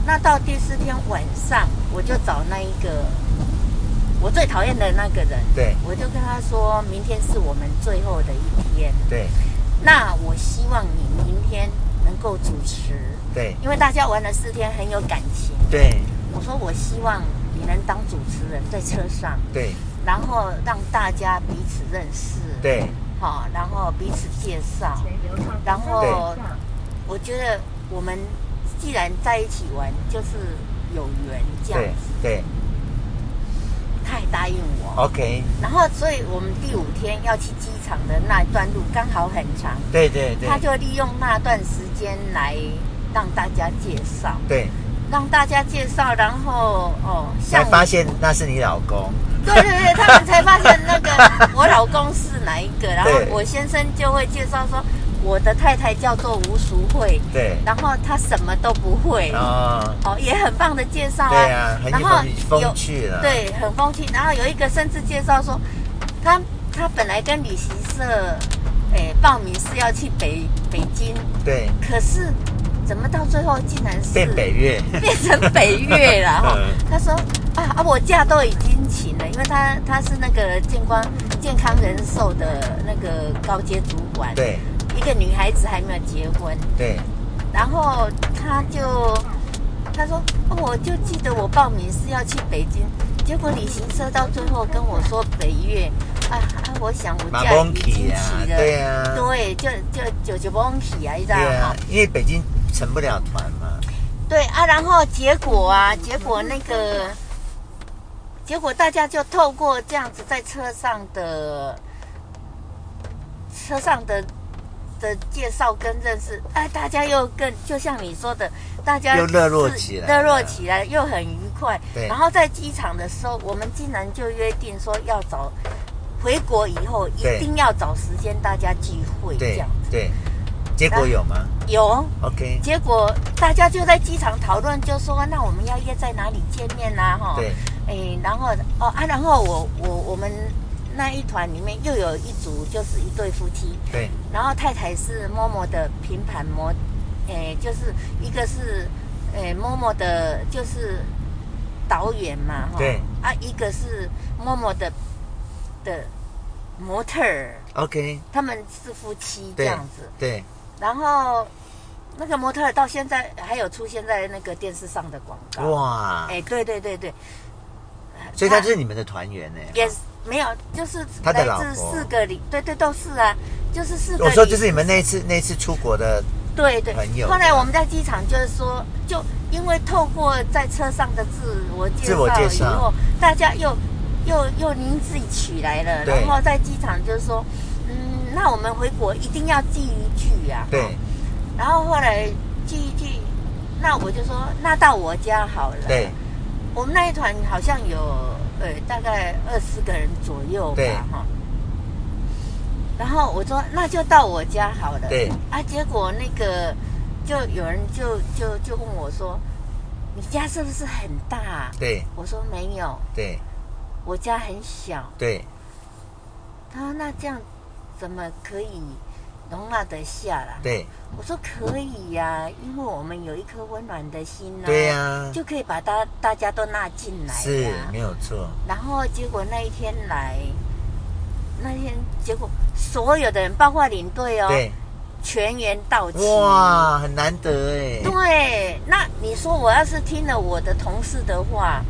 [SPEAKER 1] 那到第四天晚上，我就找那一个我最讨厌的那个人，
[SPEAKER 2] 对
[SPEAKER 1] 我就跟他说明天是我们最后的一天。
[SPEAKER 2] 对
[SPEAKER 1] 那我希望你明天能够主持，
[SPEAKER 2] 对
[SPEAKER 1] 因为大家玩了四天很有感情。
[SPEAKER 2] 对
[SPEAKER 1] 我说我希望你能当主持人在车上，
[SPEAKER 2] 对
[SPEAKER 1] 然后让大家彼此认识，，
[SPEAKER 2] 对
[SPEAKER 1] 好、然后彼此介绍。然后我觉得我们既然在一起玩，就是有缘这样
[SPEAKER 2] 对
[SPEAKER 1] 子。
[SPEAKER 2] 对，哦
[SPEAKER 1] 他也答应我。
[SPEAKER 2] OK，
[SPEAKER 1] 然后，所以我们第五天要去机场的那段路刚好很长，
[SPEAKER 2] 对对对，
[SPEAKER 1] 他就利用那段时间来让大家介绍，
[SPEAKER 2] 对，
[SPEAKER 1] 让大家介绍，然后哦，像
[SPEAKER 2] 才
[SPEAKER 1] 我
[SPEAKER 2] 发现那是你老公，
[SPEAKER 1] 对对对，他们才发现那 个我老公是哪一个，然后
[SPEAKER 2] 对
[SPEAKER 1] 我先生就会介绍说，我的太太叫做吴淑慧，
[SPEAKER 2] 对，
[SPEAKER 1] 然后她什么都不会，
[SPEAKER 2] 哦，
[SPEAKER 1] 哦，也很棒的介绍
[SPEAKER 2] 对啊，很
[SPEAKER 1] 然后
[SPEAKER 2] 有
[SPEAKER 1] 有
[SPEAKER 2] 风趣啊了，，
[SPEAKER 1] 对，很风趣。然后有一个甚至介绍说，他他本来跟旅行社，诶、报名是要去北北京，
[SPEAKER 2] 对，
[SPEAKER 1] 可是怎么到最后竟然是
[SPEAKER 2] 变 北岳，
[SPEAKER 1] 变成北越了哈
[SPEAKER 2] 嗯。
[SPEAKER 1] 他说啊啊，我假都已经请了，因为他他是那个健康健康人寿的那个高阶主管，，
[SPEAKER 2] 对
[SPEAKER 1] 一个女孩子还没有结婚，
[SPEAKER 2] 对，
[SPEAKER 1] 然后他就他说、哦，我就记得我报名是要去北京，结果旅行社到最后跟我说北越啊啊，我想我
[SPEAKER 2] 马
[SPEAKER 1] 假
[SPEAKER 2] 蒙
[SPEAKER 1] 已经
[SPEAKER 2] 奇啊
[SPEAKER 1] 请，了，
[SPEAKER 2] 对啊，
[SPEAKER 1] 对，就就九九崩起啊，你知道
[SPEAKER 2] 对
[SPEAKER 1] 吗？
[SPEAKER 2] 啊，因为北京成不了团嘛，
[SPEAKER 1] 对啊，然后结果啊，结果那个，结果大家就透过这样子在车上的车上的的介绍跟认识，哎、大家又更就像你说的，大家
[SPEAKER 2] 又热络
[SPEAKER 1] 是
[SPEAKER 2] 起来
[SPEAKER 1] 热络
[SPEAKER 2] 了
[SPEAKER 1] 起来又很愉快。
[SPEAKER 2] 对
[SPEAKER 1] 然后在机场的时候，我们竟然就约定说要找回国以后一
[SPEAKER 2] 对
[SPEAKER 1] 定要找时间大家聚会这
[SPEAKER 2] 对
[SPEAKER 1] 样子。
[SPEAKER 2] 对，结果有吗
[SPEAKER 1] 有哦
[SPEAKER 2] ？OK，
[SPEAKER 1] 结果大家就在机场讨论，就说那我们要约在哪里见面啊？哈，
[SPEAKER 2] 对，
[SPEAKER 1] 哎，然后哦啊，然后我我我们那一团里面又有一组就是一对夫妻，
[SPEAKER 2] 对
[SPEAKER 1] 然后太太是摸摸的平盘模，哎，就是一个是哎摸摸的，就是导演嘛，哈，
[SPEAKER 2] 对，
[SPEAKER 1] 啊，一个是摸摸的的模特儿，
[SPEAKER 2] ，OK，
[SPEAKER 1] 他们是夫妻这
[SPEAKER 2] 对
[SPEAKER 1] 样子。
[SPEAKER 2] 对，
[SPEAKER 1] 然后那个模特儿到现在还有出现在那个电视上的广告。
[SPEAKER 2] 哇，
[SPEAKER 1] 哎，对对对对，
[SPEAKER 2] 所以他就是你们的团员呢，
[SPEAKER 1] 也是没有，就是
[SPEAKER 2] 他的
[SPEAKER 1] 来
[SPEAKER 2] 老
[SPEAKER 1] 自
[SPEAKER 2] 婆
[SPEAKER 1] 四个里，对对都是啊，就是四个里。
[SPEAKER 2] 我说就是你们那一次那一次出国的，
[SPEAKER 1] 对对
[SPEAKER 2] 朋。友
[SPEAKER 1] 后来我们在机场就是说，就因为透过在车上的自我介
[SPEAKER 2] 自我介
[SPEAKER 1] 绍以
[SPEAKER 2] 绍
[SPEAKER 1] 后，大家又又又凝聚起来了，
[SPEAKER 2] 对
[SPEAKER 1] 然后在机场就是说，嗯，那我们回国一定要聚一聚啊。
[SPEAKER 2] 对
[SPEAKER 1] 然后后来聚一聚，那我就说那到我家好了。
[SPEAKER 2] 对，
[SPEAKER 1] 我们那一团好像有呃大概二十个人左右
[SPEAKER 2] 对
[SPEAKER 1] 吧，哈。然后我说那就到我家好了。
[SPEAKER 2] 对。
[SPEAKER 1] 啊，结果那个就有人就就就问我说，你家是不是很大啊、
[SPEAKER 2] 对
[SPEAKER 1] 我说没有，
[SPEAKER 2] 对
[SPEAKER 1] 我家很小。
[SPEAKER 2] 对
[SPEAKER 1] 他说那这样怎么可以容纳得下啦？
[SPEAKER 2] 对
[SPEAKER 1] 我说可以呀、因为我们有一颗温暖的心呐、啊
[SPEAKER 2] 对呀，
[SPEAKER 1] 就可以把大大家都纳进来、啊。
[SPEAKER 2] 是没有错，
[SPEAKER 1] 然后结果那一天来，那天结果所有的人，包括领队哦，
[SPEAKER 2] 对，
[SPEAKER 1] 全员到齐。！
[SPEAKER 2] 哇，很难得哎，
[SPEAKER 1] 对，那你说我要是听了我的同事的话，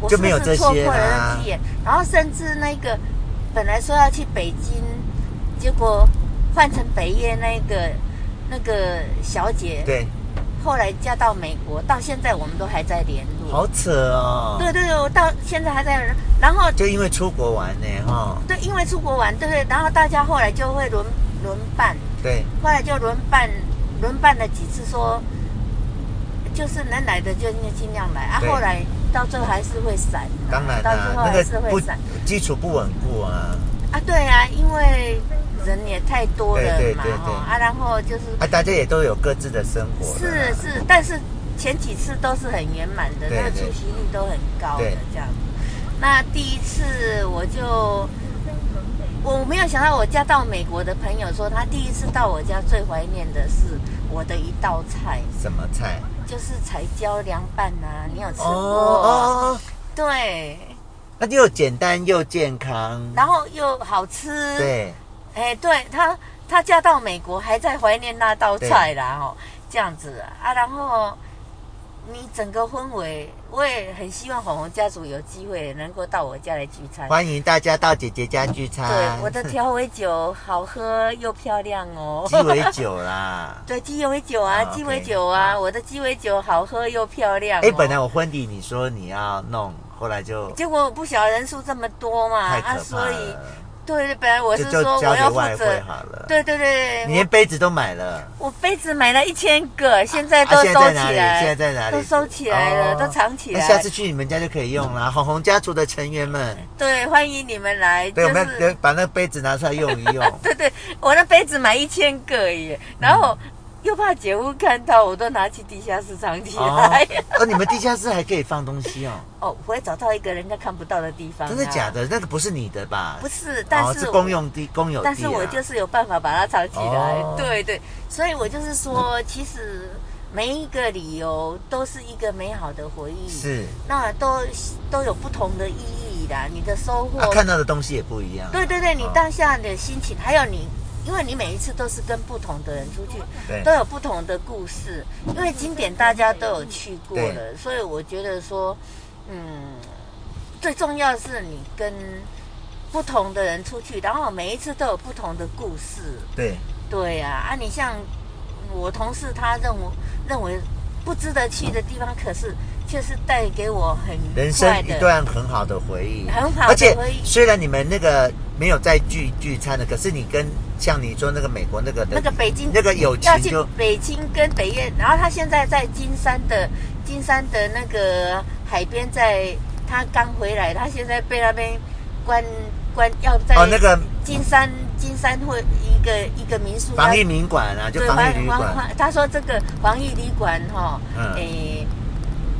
[SPEAKER 1] 我是不
[SPEAKER 2] 就没有
[SPEAKER 1] 是
[SPEAKER 2] 这
[SPEAKER 1] 错
[SPEAKER 2] 些
[SPEAKER 1] 过了
[SPEAKER 2] 啦
[SPEAKER 1] 那只眼？然后甚至那个本来说要去北京，结果换成北夜那个那个小姐，
[SPEAKER 2] 对，
[SPEAKER 1] 后来嫁到美国，到现在我们都还在联络。
[SPEAKER 2] 好扯哦，
[SPEAKER 1] 对对对，我到现在还在，然后
[SPEAKER 2] 就因为出国玩呢，哈，
[SPEAKER 1] 对，因为出国玩，对不对？然后大家后来就会轮轮办，
[SPEAKER 2] 对
[SPEAKER 1] 后来就轮办轮办了几次说，就是能来的就尽量来啊。
[SPEAKER 2] 对
[SPEAKER 1] 后来到最后还是会散啊、
[SPEAKER 2] 当然
[SPEAKER 1] 到
[SPEAKER 2] 啦
[SPEAKER 1] 最，后
[SPEAKER 2] 那
[SPEAKER 1] 还是
[SPEAKER 2] 个
[SPEAKER 1] 会
[SPEAKER 2] 不
[SPEAKER 1] 散、
[SPEAKER 2] 基础不稳固啊，
[SPEAKER 1] 啊。对啊，因为人也太多了嘛，
[SPEAKER 2] 对对对
[SPEAKER 1] 哦
[SPEAKER 2] 对
[SPEAKER 1] 啊，然后就是、
[SPEAKER 2] 啊，大家也都有各自的生活啊了
[SPEAKER 1] 是
[SPEAKER 2] 啦，
[SPEAKER 1] 是，但是前几次都是很圆满的，
[SPEAKER 2] 对
[SPEAKER 1] 那个
[SPEAKER 2] 对
[SPEAKER 1] 出席率都很高的
[SPEAKER 2] 对
[SPEAKER 1] 这样。那第一次我就。我没有想到，我家到美国的朋友说，他第一次到我家最怀念的是我的一道菜，
[SPEAKER 2] 什么菜？
[SPEAKER 1] 就是彩椒凉拌啊。你有吃
[SPEAKER 2] 哦
[SPEAKER 1] 过？
[SPEAKER 2] 哦，哦
[SPEAKER 1] 对，
[SPEAKER 2] 那又简单又健康，
[SPEAKER 1] 然后又好吃。，
[SPEAKER 2] 对
[SPEAKER 1] 哎，对他，他嫁到美国还在怀念那道菜啦，哦，这样子啊，然后你整个氛围，我也很希望红红家族有机会能够到我家来聚餐。
[SPEAKER 2] 欢迎大家到姐姐家聚餐。
[SPEAKER 1] 对，我的调味酒好喝又漂亮哦。
[SPEAKER 2] 鸡尾酒
[SPEAKER 1] 。
[SPEAKER 2] 啦
[SPEAKER 1] 对，鸡尾酒啊，
[SPEAKER 2] 啊
[SPEAKER 1] 鸡尾
[SPEAKER 2] OK，
[SPEAKER 1] 酒啊，
[SPEAKER 2] 好哎
[SPEAKER 1] 我的鸡尾酒好喝又漂亮、哦。
[SPEAKER 2] 哎，本来我婚礼你说你要弄后来就
[SPEAKER 1] 结果不晓得人数这么多嘛，
[SPEAKER 2] 太可怕
[SPEAKER 1] 啊，
[SPEAKER 2] 了，
[SPEAKER 1] 所以对，本来我是
[SPEAKER 2] 就就
[SPEAKER 1] 说
[SPEAKER 2] 交
[SPEAKER 1] 我
[SPEAKER 2] 给
[SPEAKER 1] 要负
[SPEAKER 2] 外汇
[SPEAKER 1] 责，
[SPEAKER 2] 好了。，
[SPEAKER 1] 对对对，
[SPEAKER 2] 你连
[SPEAKER 1] 我
[SPEAKER 2] 杯子都买了，
[SPEAKER 1] 我杯子买了一千个，现在
[SPEAKER 2] 啊
[SPEAKER 1] 都
[SPEAKER 2] 现
[SPEAKER 1] 收
[SPEAKER 2] 在在
[SPEAKER 1] 起
[SPEAKER 2] 哪里？现
[SPEAKER 1] 来，
[SPEAKER 2] 在在哪里？
[SPEAKER 1] 都收起来了，
[SPEAKER 2] 哦
[SPEAKER 1] 都藏起
[SPEAKER 2] 那
[SPEAKER 1] 来。
[SPEAKER 2] 下次去你们家就可以 用啦。红红家族的成员们，
[SPEAKER 1] 对，欢迎你们来，
[SPEAKER 2] 对，
[SPEAKER 1] 哎就
[SPEAKER 2] 我们要
[SPEAKER 1] 是。
[SPEAKER 2] 把那个杯子拿出来用一用
[SPEAKER 1] 对对，我那杯子买一千个耶，然后
[SPEAKER 2] 嗯
[SPEAKER 1] 又怕姐夫看到，我都拿去地下室藏起
[SPEAKER 2] 哦
[SPEAKER 1] 来。
[SPEAKER 2] 哦，你们地下室还可以放东西哦，
[SPEAKER 1] 哦，我会找到一个人家看不到的地方、啊
[SPEAKER 2] 真的假？的？那个不是你的吧？
[SPEAKER 1] 不是，
[SPEAKER 2] 哦
[SPEAKER 1] 但是
[SPEAKER 2] 是
[SPEAKER 1] 我
[SPEAKER 2] 公用地，公有地啊。
[SPEAKER 1] 但是我就是有办法把它藏起来，
[SPEAKER 2] 哦
[SPEAKER 1] 对对，所以我就是说，其实每一个理由都是一个美好的回忆，
[SPEAKER 2] 是
[SPEAKER 1] 那都都有不同的意义啦，你的收获，
[SPEAKER 2] 啊，看到的东西也不一样啊。
[SPEAKER 1] 对对对，你
[SPEAKER 2] 哦
[SPEAKER 1] 当下的心情，还有你，因为你每一次都是跟不同的人出去，
[SPEAKER 2] 对
[SPEAKER 1] 都有不同的故事，因为景点大家都有去过了，所以我觉得说，嗯，最重要是你跟不同的人出去，然后每一次都有不同的故事。
[SPEAKER 2] 对
[SPEAKER 1] 对呀、啊，你像我同事，他认为认为不值得去的地方，可是却是带给我很
[SPEAKER 2] 人
[SPEAKER 1] 愉
[SPEAKER 2] 生
[SPEAKER 1] 快
[SPEAKER 2] 一
[SPEAKER 1] 的。
[SPEAKER 2] 段很好的回忆，
[SPEAKER 1] 很好的
[SPEAKER 2] 而且
[SPEAKER 1] 回忆
[SPEAKER 2] 虽然你们那个没有在聚聚餐的，可是你跟像你说那个美国那个的
[SPEAKER 1] 那个北京
[SPEAKER 2] 那个友情
[SPEAKER 1] 要去
[SPEAKER 2] 就
[SPEAKER 1] 北京跟北岳，然后他现在在金山的金山的那个海边在，他刚回来，他现在被那边关关要在
[SPEAKER 2] 哦那个
[SPEAKER 1] 金山金山会一个一个民宿
[SPEAKER 2] 防疫
[SPEAKER 1] 要
[SPEAKER 2] 民馆啊，就
[SPEAKER 1] 对
[SPEAKER 2] 防
[SPEAKER 1] 防
[SPEAKER 2] 疫旅
[SPEAKER 1] 防
[SPEAKER 2] 馆，
[SPEAKER 1] 防他说这个防疫旅馆哈、
[SPEAKER 2] 嗯
[SPEAKER 1] 诶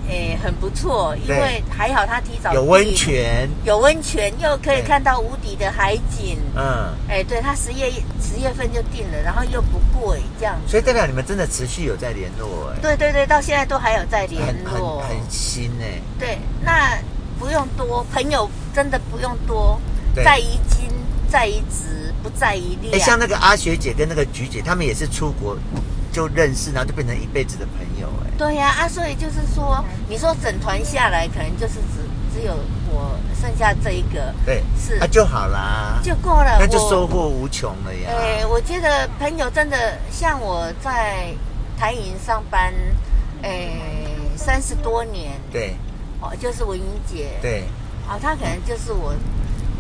[SPEAKER 1] 诶很不错，因
[SPEAKER 2] 对
[SPEAKER 1] 为还好他提早
[SPEAKER 2] 有温
[SPEAKER 1] 订，
[SPEAKER 2] 泉，
[SPEAKER 1] 有温泉又可以
[SPEAKER 2] 对
[SPEAKER 1] 看到无敌的海景。
[SPEAKER 2] 嗯，
[SPEAKER 1] 哎，对他十月十月份就定了，然后又不贵这样子。
[SPEAKER 2] 所以代表你们真的持续有在联络，哎，
[SPEAKER 1] 对对对，到现在都还有在联
[SPEAKER 2] 很很
[SPEAKER 1] 络。
[SPEAKER 2] 很新哎，
[SPEAKER 1] 对，那不用多，朋友真的不用多，
[SPEAKER 2] 对
[SPEAKER 1] 在于斤，在于值，不在于
[SPEAKER 2] 哎，
[SPEAKER 1] 量。
[SPEAKER 2] 像那个阿学姐跟那个菊姐，她们也是出国就认识，然后就变成一辈子的朋友，哎，
[SPEAKER 1] 对呀、啊，所以就是说，你说整团下来，可能就是只只有我剩下这一个
[SPEAKER 2] 对，
[SPEAKER 1] 是
[SPEAKER 2] 啊就好啦，
[SPEAKER 1] 就够了。
[SPEAKER 2] 那就
[SPEAKER 1] 我
[SPEAKER 2] 收啊获无穷了呀，
[SPEAKER 1] 哎，我觉得朋友真的像我在台银上班，哎，三十多年，
[SPEAKER 2] 对
[SPEAKER 1] 哦，就是文英姐，
[SPEAKER 2] 对，
[SPEAKER 1] 哦，她可能就是我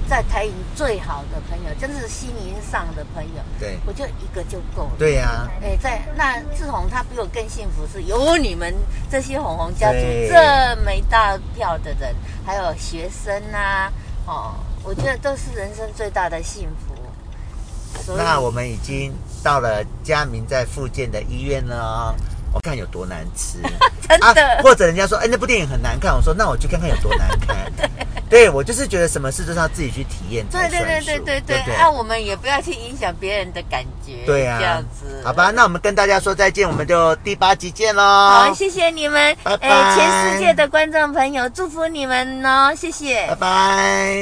[SPEAKER 1] 在台银最好的朋友，真是心灵上的朋友，
[SPEAKER 2] 对
[SPEAKER 1] 我就一个就够了。
[SPEAKER 2] 对呀、
[SPEAKER 1] 哎，在那志宏他比我更幸福，是有你们这些红红家族
[SPEAKER 2] 对
[SPEAKER 1] 这么一大票的人，还有学生啊，哦，我觉得都是人生最大的幸福。所以
[SPEAKER 2] 那我们已经到了嘉明在附建的医院了哦。我看有多难吃，
[SPEAKER 1] 真的
[SPEAKER 2] 或者人家说，哎，那部电影很难看，我说那我去看看有多难看。对，我就是觉得什么事都是要自己去体验
[SPEAKER 1] 对
[SPEAKER 2] 才
[SPEAKER 1] 对
[SPEAKER 2] 算
[SPEAKER 1] 对
[SPEAKER 2] 数，
[SPEAKER 1] 对对
[SPEAKER 2] 对
[SPEAKER 1] 对，
[SPEAKER 2] 不对
[SPEAKER 1] 啊，我们也不要去影响别人的感觉，
[SPEAKER 2] 对啊，
[SPEAKER 1] 这样子，
[SPEAKER 2] 好吧，那我们跟大家说再见，我们就第八集见喽。
[SPEAKER 1] 好，谢谢你们，
[SPEAKER 2] 拜拜
[SPEAKER 1] 哎全世界的观众朋友，祝福你们哦，谢谢，
[SPEAKER 2] 拜拜。